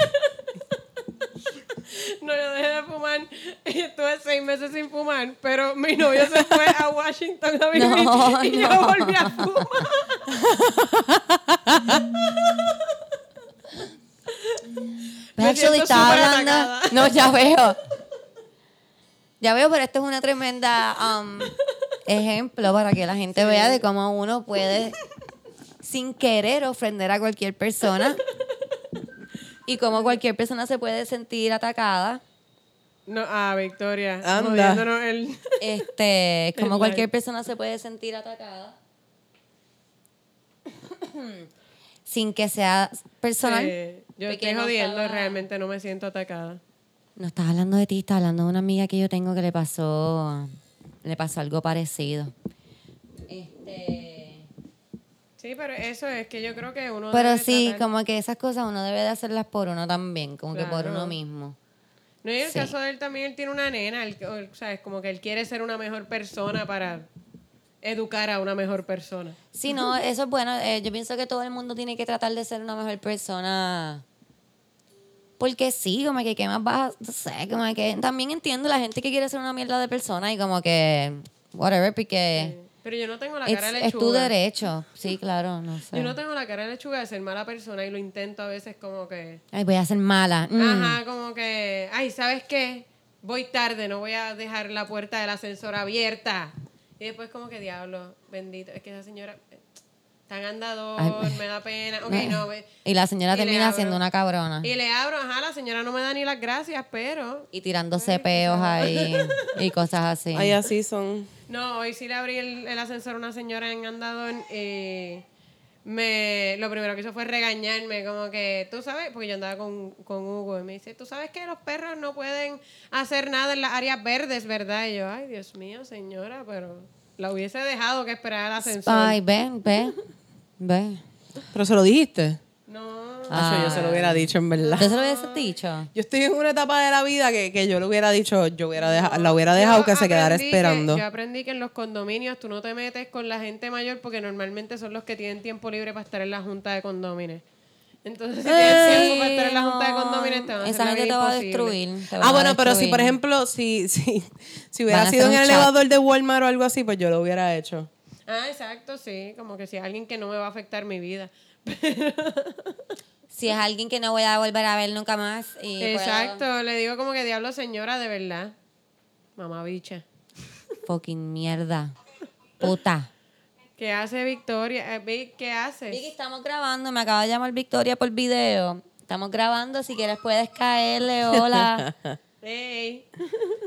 No, yo dejé de fumar. Estuve seis meses sin fumar, pero mi novio se fue a Washington a vivir No, y no. yo volví a fumar. Me Pues, Actually, siento estaba súper hablando. atacada. No, ya veo. Ya veo, pero esto es una tremenda um, ejemplo para que la gente vea de cómo uno puede, sin querer, ofender a cualquier persona. Y cómo cualquier persona se puede sentir atacada. No, ah, Victoria. Anda. jodiéndonos el... Este, como live. cualquier persona se puede sentir atacada. sin que sea personal. Eh, yo estoy Porque no jodiendo, estaba- realmente no me siento atacada. No estás hablando de ti, estás hablando de una amiga que yo tengo que le pasó, le pasó algo parecido. Este, Sí, pero eso es que yo creo que uno. pero debe sí, tratar- como que esas cosas uno debe de hacerlas por uno también, como que por Claro. uno mismo. No, y en el sí. caso de él también, él tiene una nena, él- o- o sea, es como que él quiere ser una mejor persona para educar a una mejor persona. Sí, no, eso es bueno. eh, yo pienso que todo el mundo tiene que tratar de ser una mejor persona. Porque sí, como que qué más vas, a- no sé, como que también entiendo la gente que quiere ser una mierda de persona y como que whatever, porque Pero yo no tengo la es, cara de lechuga. es tu derecho. Sí, claro, no sé. Yo no tengo la cara de lechuga de ser mala persona y lo intento a veces como que... Ay, voy a ser mala. Mm. Ajá, como que... Ay, ¿sabes qué? Voy tarde, no voy a dejar la puerta del ascensor abierta. Y después como que, diablo, bendito, es que esa señora... eh, Tan andador, Ay. me da pena. Ok, Ay. no, ve- Mm. Eh. Y la señora Y le termina abro. siendo una cabrona. Y Y, le abro, ajá, la señora no me da ni las gracias, pero... tirándose peos ahí y cosas así. Ahí así son. No, hoy sí le abrí el, el ascensor a una señora en Andador. eh, me, lo primero que hizo fue regañarme, como que, tú sabes, porque yo andaba con, con Hugo y me dice, tú sabes que los perros no pueden hacer nada en las áreas verdes, ¿verdad? Y yo, ay, Dios mío, señora, pero la hubiese dejado que esperara el ascensor. Ay, ven, ve, ve. Pero se lo dijiste. No. Eso yo Ah. se lo hubiera dicho, en verdad. Yo se lo hubiese dicho. Yo estoy en una etapa de la vida que, que yo le hubiera dicho, yo hubiera deja- la hubiera dejado Yo que se quedara aprendí esperando. Ah, que- yo aprendí que en los condominios tú no te metes con la gente mayor porque normalmente son los que tienen tiempo libre para estar en la junta de condóminos. Entonces, si tienes tiempo para estar en la junta de condóminos, te van a hacer Esa la gente vida te va a imposible. destruir. te van Ah, a bueno, pero si, destruir. por ejemplo, si, si, si Van hubiera a sido en hacer un el chat. elevador de Walmart o algo así, pues yo lo hubiera hecho. Ah, exacto, sí. Como que si hay alguien que no me va a afectar mi vida. Si es alguien que no voy a volver a ver nunca más. Y puedo- Exacto. Le digo como que diablo, señora, de verdad. Mamá bicha. Fucking mierda. Puta. ¿Qué hace Victoria? Eh, Vic, ¿Qué Vicky, haces? estamos grabando. Me acaba de llamar Victoria por video. Estamos grabando. Si quieres puedes caerle. Hola. Ey.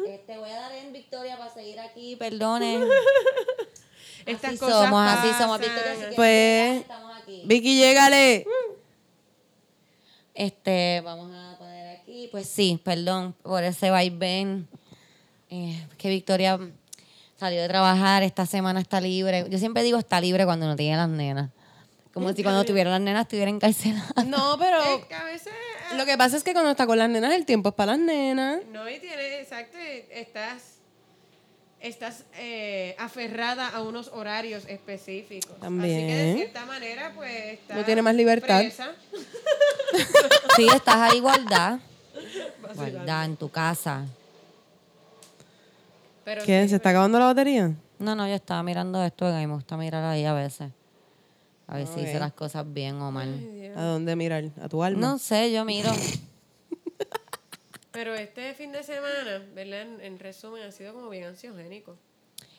Eh, Te voy a dar en Victoria para seguir aquí. Perdonen. Estas así cosas somos, así somos, pasan. Victoria. así que Pues- estamos aquí. Vicky, llégale. Este, vamos a poner aquí. Pues sí, perdón por ese vaivén. Eh, que Victoria salió de trabajar, esta semana está libre. Yo siempre digo está libre cuando no tiene las nenas. Como si cuando tuviera las nenas estuviera encarcelada. No, pero Es que a veces lo que pasa es que cuando está con las nenas, el tiempo es para las nenas. No, y tiene, exacto, y estás, estás eh, aferrada a unos horarios específicos. Así que de También. cierta manera, pues estás No tiene más libertad. presa. Sí, estás a igualdad. Igualdad en tu casa. Pero ¿Qué? ¿Se está acabando la batería? No, no, yo estaba mirando esto y me gusta mirar ahí a veces. A ver si hice las cosas bien o mal. ¿A dónde mirar? ¿A tu alma? No sé, yo miro. Pero este fin de semana, ¿verdad? En, en resumen, ha sido como bien ansiogénico.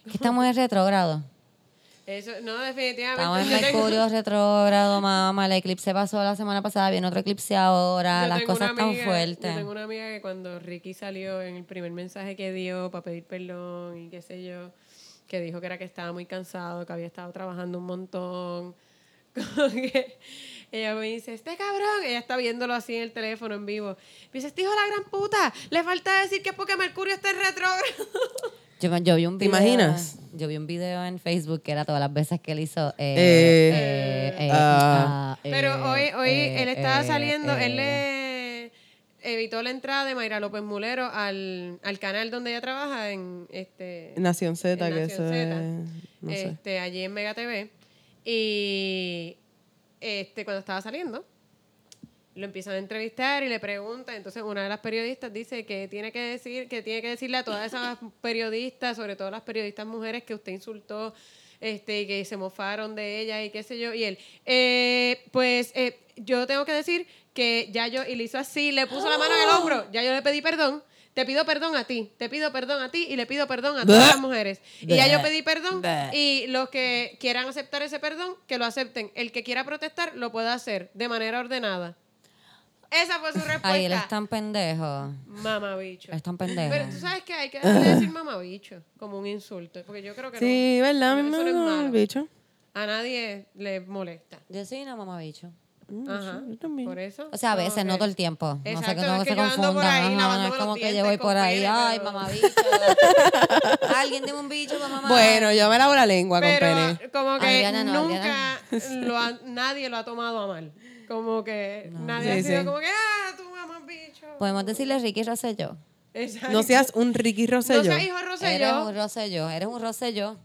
Que Estamos en retrógrado. Eso, no, definitivamente. Estamos en yo tengo- Mercurio retrógrado, mamá. El eclipse pasó la semana pasada, viene otro eclipse ahora. Yo Las tengo cosas una están amiga- Yo fuertes. tengo una amiga que cuando Ricky salió en el primer mensaje que dio para pedir perdón y qué sé yo, que dijo que era que estaba muy cansado, que había estado trabajando un montón. Como que ella me dice, este cabrón, ella está viéndolo así en el teléfono en vivo. Me dice, este hijo de la gran puta, le falta decir que es porque Mercurio está en retrógrado. Yo, me- yo vi un ¿Te video, imaginas? Yo vi un video en Facebook que era todas las veces que él hizo. eh, Eh, eh, eh, ah. ah, eh, Pero hoy, hoy eh, él estaba eh, saliendo, él eh. le evitó la entrada de Mayra López Mulero al, al canal donde ella trabaja en este Nación Z, en que eso Nación Zeta, es- No sé. este, allí en Mega TV. Y este, cuando estaba saliendo, lo empiezan a entrevistar y le pregunta. Entonces, una de las periodistas dice que tiene que decir, que tiene que decirle a todas esas periodistas, sobre todo las periodistas mujeres, que usted insultó, este, y que se mofaron de ella y qué sé yo. Y él, eh, pues eh, yo tengo que decir que ya yo, y le hizo así, le puso la mano en el ¡Oh! hombro, ya yo le pedí perdón. Te pido perdón a ti, te pido perdón a ti y le pido perdón a todas las mujeres. Y ya yo pedí perdón y los que quieran aceptar ese perdón, que lo acepten. El que quiera protestar, lo pueda hacer de manera ordenada. Esa fue su respuesta. Ay, él es tan pendejo. Mamabicho. Es tan pendejo. Pero tú sabes que hay que dejar de decir mamabicho como un insulto. Porque yo creo que no- Sí, ¿verdad? Eso mi no es mamá, malo. bicho. a nadie le molesta. Yo soy una mamabicho. Ajá. yo también. Por eso. Mm, O sea, a veces, como no que- todo el tiempo. Exacto, no sé que es no que se yo ando por confundan. ahí ajá, no lavándome es los como que dientes yo voy con por ahí. pene, Ay, pero- mamabicho. Alguien deme un bicho para mamá. Bueno, yo me lavo la lengua con Pero pene. como que Adriana no, nunca lo ha- nadie lo ha tomado a mal. Como que nadie Sí, ha sido sí. como que, ah, tú mamabicho. Podemos decirle Ricky Rosselló. Exacto. No seas un Ricky No Rosselló. seas hijo de Eres Rosselló. un Rosselló. Eres un Rosselló.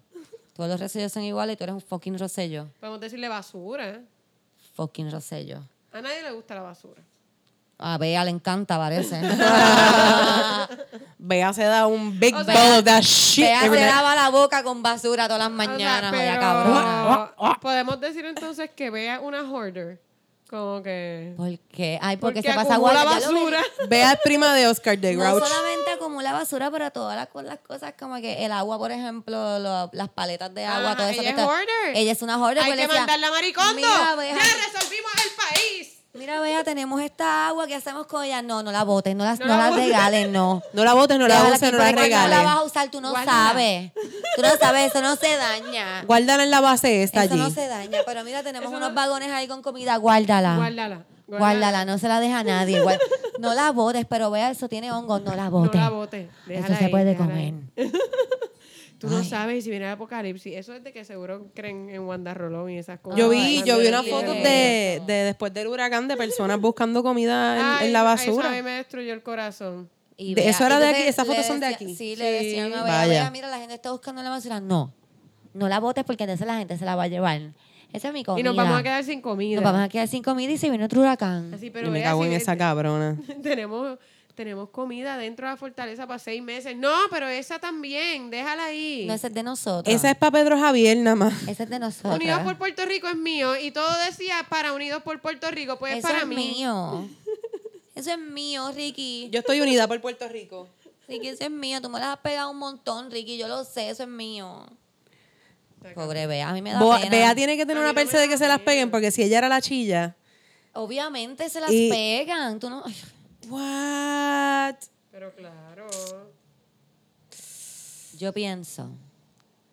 Todos los Rosellos son iguales y tú eres un fucking Rosselló. Podemos decirle basura. Fucking Rosselló. A nadie le gusta la basura. A Bea le encanta, parece. Vea se da un big O sea, bowl of that shit. Bea every se night. lava la boca con basura todas las O sea, mañanas, vaya pero Ah, cabrona. Podemos decir entonces que vea una hoarder. Como que. ¿Por qué? Ay, porque, Porque se pasa acumula guay. basura. Vea es prima de Oscar de No Grouch. solamente acumula basura, pero todas las, co- las cosas como que el agua, por ejemplo, lo- las paletas de agua, Ajá, todo eso. Ah, ella que es está- hoarder. Ella es una hoarder. Hay pues, le que decía, mandarla a Maricondo. Mira, Ya Bea, resolvimos el país. mira, Bea, tenemos esta agua, ¿qué hacemos con ella? No, no la botes, no, las, No no, la la botes. regales, no. No la botes, no la Déjala uses, aquí, no la porque cuando regales. la vas a usar, tú no Guárdala. sabes. Tú no sabes, eso no se daña. Guárdala en la base esta Eso allí. no se daña, pero mira, tenemos unos vagones ahí con comida, guárdala. Guárdala, guárdala. Ah, Guárdala, no se la deja a nadie. guá- No la botes, pero vea, eso tiene hongos, no la No botes. la bote. Eso se puede comer. Tú no sabes y si viene el apocalipsis. Eso es de que seguro creen en Wanda Rolón y esas cosas. Yo Ay, vi, yo vi no una quiero foto eso. de, de después del huracán de personas buscando comida en, Ay, en la Eso a mí basura. me destruyó el corazón. Y De- Bea- eso era de entonces aquí, esas le fotos son de decía- aquí. Sí, le decían a Bea, vaya. "Bea, mira, la gente está buscando la basura. No, no la botes porque entonces la gente se la va a llevar. Esa es mi comida. Y nos vamos a quedar sin comida. Nos vamos a quedar sin comida y se viene otro huracán. Así, pero Y me vea, cago si en ve- esa cabrona. tenemos, tenemos comida dentro de la fortaleza para seis meses. No, pero esa también, déjala ahí. No, esa es de nosotros. Esa es para Pedro Javier nada más. Esa es de nosotros. Unidos por Puerto Rico es mío y todo decía para Unidos por Puerto Rico, pues es Eso para es mí. mío. Eso es mío, Ricky. Yo estoy unida por Puerto Rico. Ricky, eso es mío. Tú me las has pegado un montón, Ricky. Yo lo sé, eso es mío. Pobre Bea, a mí me da Boa- pena. Bea tiene que tener una perse de que se las peguen porque si ella era la chilla. Obviamente se las Y- pegan. Tú no... Ay, What? Pero claro. Yo pienso.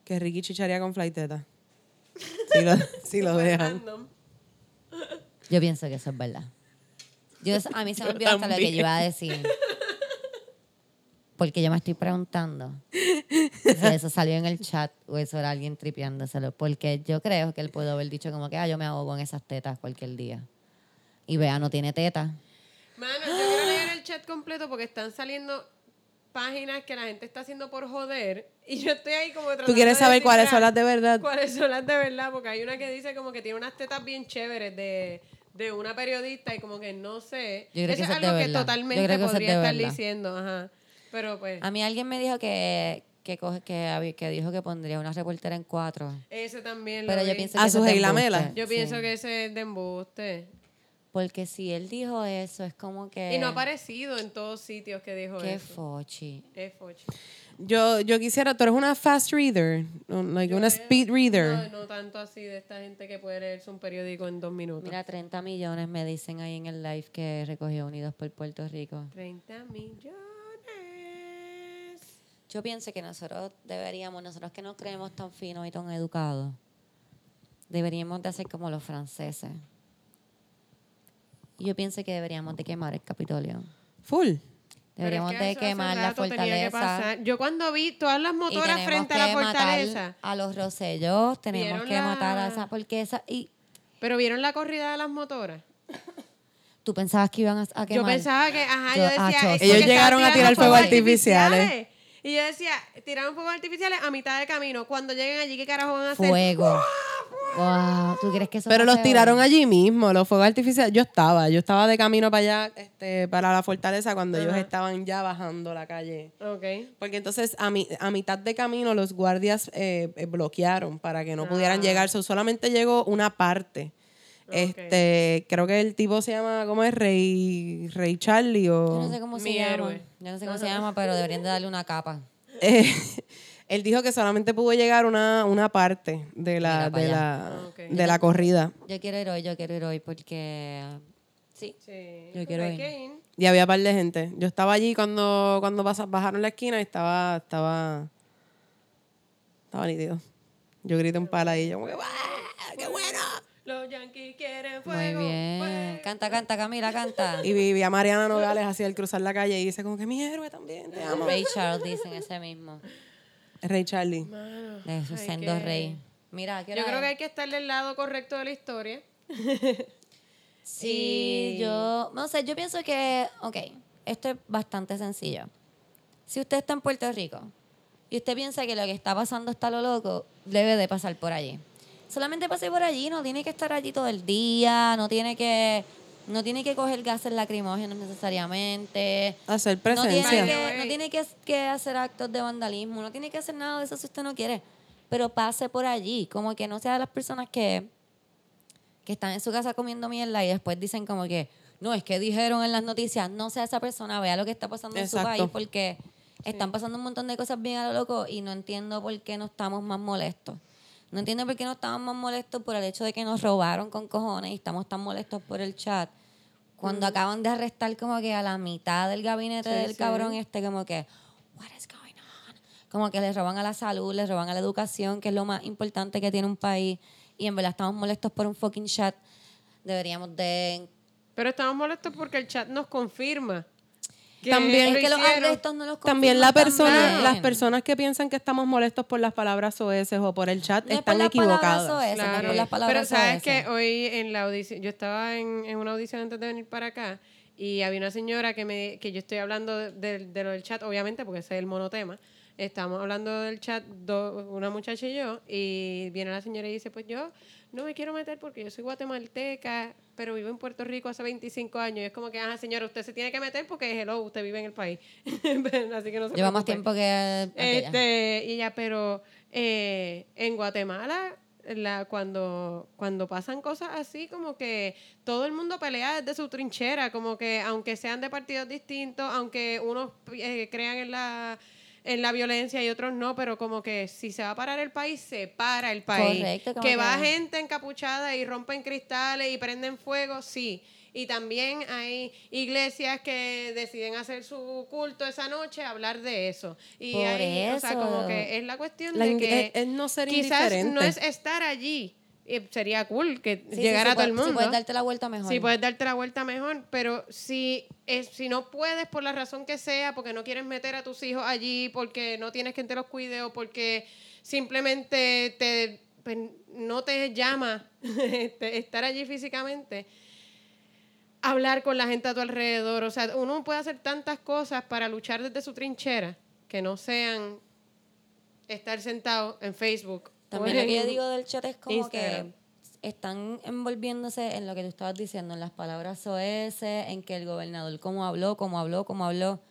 Que Ricky chicharía con flaiteta. Si lo, si lo dejan. Random. Yo pienso que eso es verdad. Yo, a mí se me olvidó hasta lo que yo iba a decir. Porque yo me estoy preguntando si eso salió en el chat o eso era alguien tripeándoselo. Porque yo creo que él pudo haber dicho como que ah, yo me ahogo en esas tetas cualquier día. Y Bea no tiene tetas. Mano, yo quiero leer el chat completo porque están saliendo páginas que la gente está haciendo por joder y yo estoy ahí como tratando quieres de saber cuáles son descifrar las de verdad? cuáles son las de verdad porque hay una que dice como que tiene unas tetas bien chéveres de, de una periodista y como que no sé Yo creo eso que es esa es de algo que verdad. Yo totalmente creo que esa es podría de estar verdad. diciendo ajá pero pues A mí alguien me dijo que, que, coge- que, hab- que dijo que pondría una reportera en cuatro. ese también lo Pero yo vi. pienso A que eso es Sujei de embuste. Lamela. yo Sí. pienso que ese es de embuste porque si él dijo eso, es como que. Y no ha aparecido en todos sitios que dijo Eh. Qué eso. fochi. Es foche. Yo, yo quisiera, tú eres una fast reader, no, like una speed reader. No, no tanto así de esta gente que puede leerse un periódico en dos minutos. Mira, 30 millones me dicen ahí en el live que recogió Unidos por Puerto Rico. 30 millones. Yo pienso que nosotros deberíamos, nosotros que no creemos tan finos y tan educados, deberíamos de hacer como los franceses. Y Yo pienso que deberíamos de quemar el Capitolio. Full. Deberíamos Pero es que de eso hace quemar la rato tenía fortaleza. que pasar. Yo cuando vi todas las y motoras tenemos frente que a la matar fortaleza. a los rosellos, tenemos ¿Vieron que matar a la- esa, porque esa, y Pero vieron la corrida de las motoras. tú pensabas que iban a, a Yo quemar. pensaba que, ajá, Yo- yo, decía. ah, es chos. porque Ellos estaban llegaron a tirar fuegos artificiales. Y yo decía, tiraron fuegos artificiales a mitad de camino. Cuando lleguen allí, ¿qué carajo van a hacer? Fuego. Wow, ¿tú crees que eso Pero no los se tiraron ve? allí mismo, los fuegos artificiales. Yo estaba, yo estaba de camino para allá, este, para la fortaleza, cuando ellos estaban ya bajando la calle. Ok. Porque entonces a, mi- a mitad de camino los guardias eh, eh, bloquearon para que no Ah. pudieran llegar. So, solamente llegó una parte. Este, creo que el tipo se llama, ¿cómo es? Rey, Rey Charlie o... Yo no sé cómo se Mi llama. héroe. Yo no sé cómo se llama, pero deberían de darle una capa. Eh, él dijo que solamente pudo llegar una, una parte de la, Mira pa' de allá. Ah, la, Ok. de la corrida. Yo quiero ir hoy, yo quiero ir hoy porque sí. Sí. Pues Yo quiero Hay ir. que ir. Y había par de gente. Yo estaba allí cuando, cuando basa- bajaron la esquina y estaba, estaba, estaba nítido. Yo grité un pala y yo, como que, "¡Ah, ¡qué bueno! Los yankees quieren Muy fuego. bien. fuego. Canta, canta, Camila, canta. Y vi, vi a Mariana Nogales así al cruzar la calle y dice como que mi héroe también, te amo. Ray Charles dicen ese mismo. Rey Charlie. Mano, De hay su sendo que- rey. Mira, ¿qué Yo hora creo es? que hay que estar del lado correcto de la historia. Sí, yo, no sé, yo pienso que, ok, esto es bastante sencillo. Si usted está en Puerto Rico y usted piensa que lo que está pasando está lo loco, debe de pasar por allí. Solamente pase por allí, no tiene que estar allí todo el día, no tiene que, no tiene que coger gases lacrimógenos necesariamente. Hacer No tiene, presencia. que, no tiene que- que hacer actos de vandalismo, no tiene que hacer nada de eso si usted no quiere. Pero pase por allí, como que no sea de las personas que, que están en su casa comiendo mierda y después dicen como que, no, es que dijeron en las noticias, no sea esa persona, vea lo que está pasando Exacto. en su país porque están pasando un montón de cosas bien a lo loco y no entiendo por qué no estamos más molestos. No entiendo por qué no estamos más molestos por el hecho de que nos robaron con cojones y estamos tan molestos por el chat. Cuando acaban de arrestar como que a la mitad del gabinete del cabrón este como que, what is going on? Como que les roban a la salud, les roban a la educación, que es lo más importante que tiene un país. Y en verdad estamos molestos por un fucking chat. Deberíamos de Pero estamos molestos porque el chat nos confirma. También- es que los hicieron. arrestos no los También la confirman persona, también. las personas que piensan que estamos molestos por las palabras oeces o por el chat No es por están las palabras equivocadas. soeces, no es por las Pero palabras sabes soeces. que hoy en la audición, yo estaba en, en una audición antes de venir para acá y había una señora que me que yo estoy hablando de, de lo del chat, obviamente, porque ese es el monotema. Estamos hablando del chat, do- una muchacha y yo, y viene la señora y dice, pues yo no me quiero meter porque yo soy guatemalteca, pero vivo en Puerto Rico hace 25 años. Y es como que, ajá, señora, usted se tiene que meter porque, hello, usted vive en el país. Así que no se Lleva más preocupe. tiempo que aquella. Este, y ya, pero eh, en Guatemala, la, cuando, cuando pasan cosas así, como que todo el mundo pelea desde su trinchera, como que aunque sean de partidos distintos, aunque unos eh, crean en la en la violencia y otros no, pero como que si se va a parar el país, se para el país. Correcto, como que que- va gente encapuchada y rompen cristales y prenden fuego, sí. Y también hay iglesias que deciden hacer su culto esa noche, hablar de eso. Y Por hay- o sea, eso. como que es la cuestión La de in- eh, que es- es no ser quizás no indiferente. es estar allí. Eh, Sería cool que Sí, sí, llegara sí, todo pu- el mundo. Si puedes darte la vuelta mejor. Sí, puedes darte la vuelta mejor, pero si, es, si no puedes por la razón que sea, porque no quieres meter a tus hijos allí, porque no tienes quien te los cuide o porque simplemente te, pues, no te llama este, estar allí físicamente, hablar con la gente a tu alrededor, o sea, uno puede hacer tantas cosas para luchar desde su trinchera que no sean estar sentado en Facebook. o También lo en- que yo digo del chat es como Instagram. que están envolviéndose en lo que tú estabas diciendo, en las palabras OS, en que el gobernador cómo habló, cómo habló, cómo habló.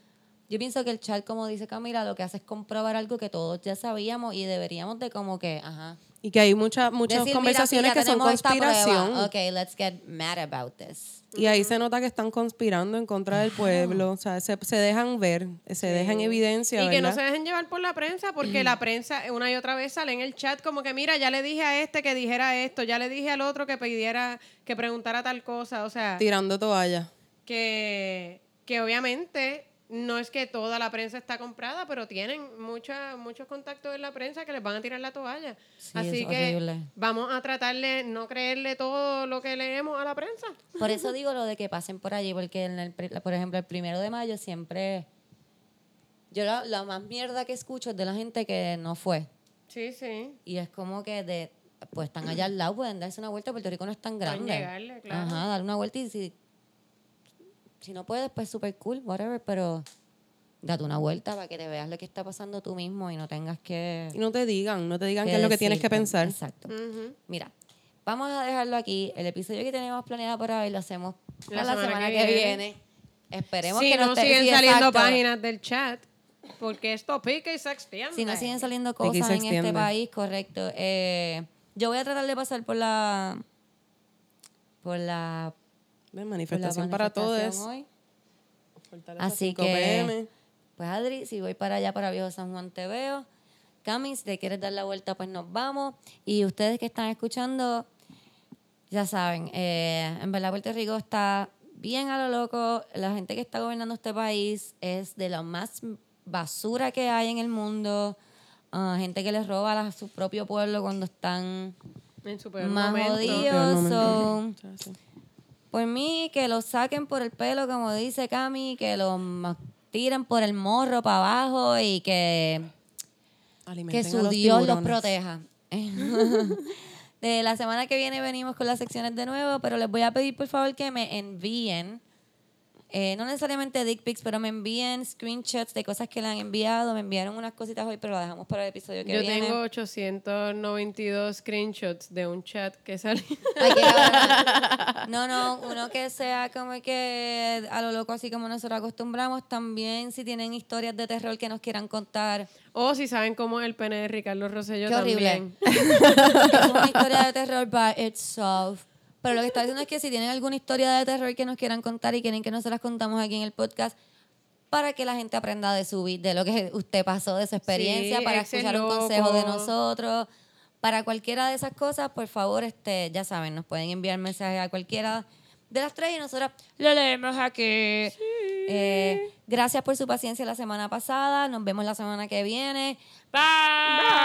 Yo pienso que el chat, como dice Camila, lo que hace es comprobar algo que todos ya sabíamos y deberíamos de como que, ajá. Y que hay mucha- muchas Decir, mira, sí, conversaciones ya que son tenemos esta prueba. conspiración. Ok, let's get mad about this. Y ahí se nota que están conspirando en contra del pueblo. O sea, se, se dejan ver, se dejan evidencia. Y que no se ¿verdad? dejen llevar por la prensa, porque la prensa eh, una y otra vez sale en el chat como que, mira, ya le dije a este que dijera esto, ya le dije al otro que pidiera, que preguntara tal cosa. O sea, Tirando toalla. que, que obviamente no es que toda la prensa está comprada, pero tienen mucha, muchos contactos en la prensa que les van a tirar la toalla. Así es que horrible. vamos a tratarle, no creerle todo lo que leemos a la prensa. Por eso digo lo de que pasen por allí, porque, en el pri- por ejemplo, el primero de mayo siempre... Yo la, la más mierda que escucho es de la gente que no fue. Sí, sí. Y es como que de... Pues están allá al lado, pueden darse una vuelta. Puerto Rico no es tan Pueden grande. llegarle, claro. Ajá, dar una vuelta y si... Si no puedes, pues súper cool, whatever, pero... Date una vuelta para que te veas lo que está pasando tú mismo y no tengas que... Y no te digan, no te digan qué es lo que tienes que decirte. pensar. Exacto. Mira, vamos a dejarlo aquí. El episodio que tenemos planeado para hoy lo hacemos La para la semana, que, viene. Esperemos si que no, te- siguen sí, saliendo exacto. páginas del chat, porque esto pica y se extiende. Si no siguen saliendo que se cosas en este extienda. país, correcto. Eh, yo voy a tratar de pasar por la por la, De por la manifestación para todos. hoy. Fortaleza Así 5 que, PM. pues Adri, si voy para allá, para Viejo San Juan, te veo. Cami, si te quieres dar la vuelta, pues nos vamos. Y ustedes que están escuchando, ya saben, eh, en verdad Puerto Rico está bien a lo loco. La gente que está gobernando este país es de la más basura que hay en el mundo. Ah, gente que les roba a su propio pueblo cuando están En su peor más momento. jodidos. Peor momento. so, por mí, que lo saquen por el pelo, como dice Cami, que lo ma- tiren por el morro para abajo y que, que Alimenten a su los Dios los tiburones. proteja. De la semana que viene venimos con las secciones de nuevo, pero les voy a pedir por favor que me envíen, eh, no necesariamente dick pics, pero me envíen screenshots de cosas que le han enviado. Me enviaron unas cositas hoy, pero las dejamos para el episodio que Yo viene. tengo 892 screenshots de un chat que salió. Ay, qué cabrón. no, no, uno que sea como que a lo loco, así como nosotros acostumbramos. También, si tienen historias de terror que nos quieran contar, O si saben cómo es el pene de Ricardo Rosselló Qué horrible. también. es una historia de terror by itself. Pero lo que está diciendo es que si tienen alguna historia de terror que nos quieran contar y quieren que nosotros las contamos aquí en el podcast, para que la gente aprenda de su vida, de lo que usted pasó, de su experiencia, Sí, para ese es escuchar un loco. consejo de nosotros. Para cualquiera de esas cosas, por favor, este, ya saben, nos pueden enviar mensajes a cualquiera de las tres y nosotras lo leemos aquí. Eh, gracias por su paciencia la semana pasada. Nos vemos la semana que viene. Bye.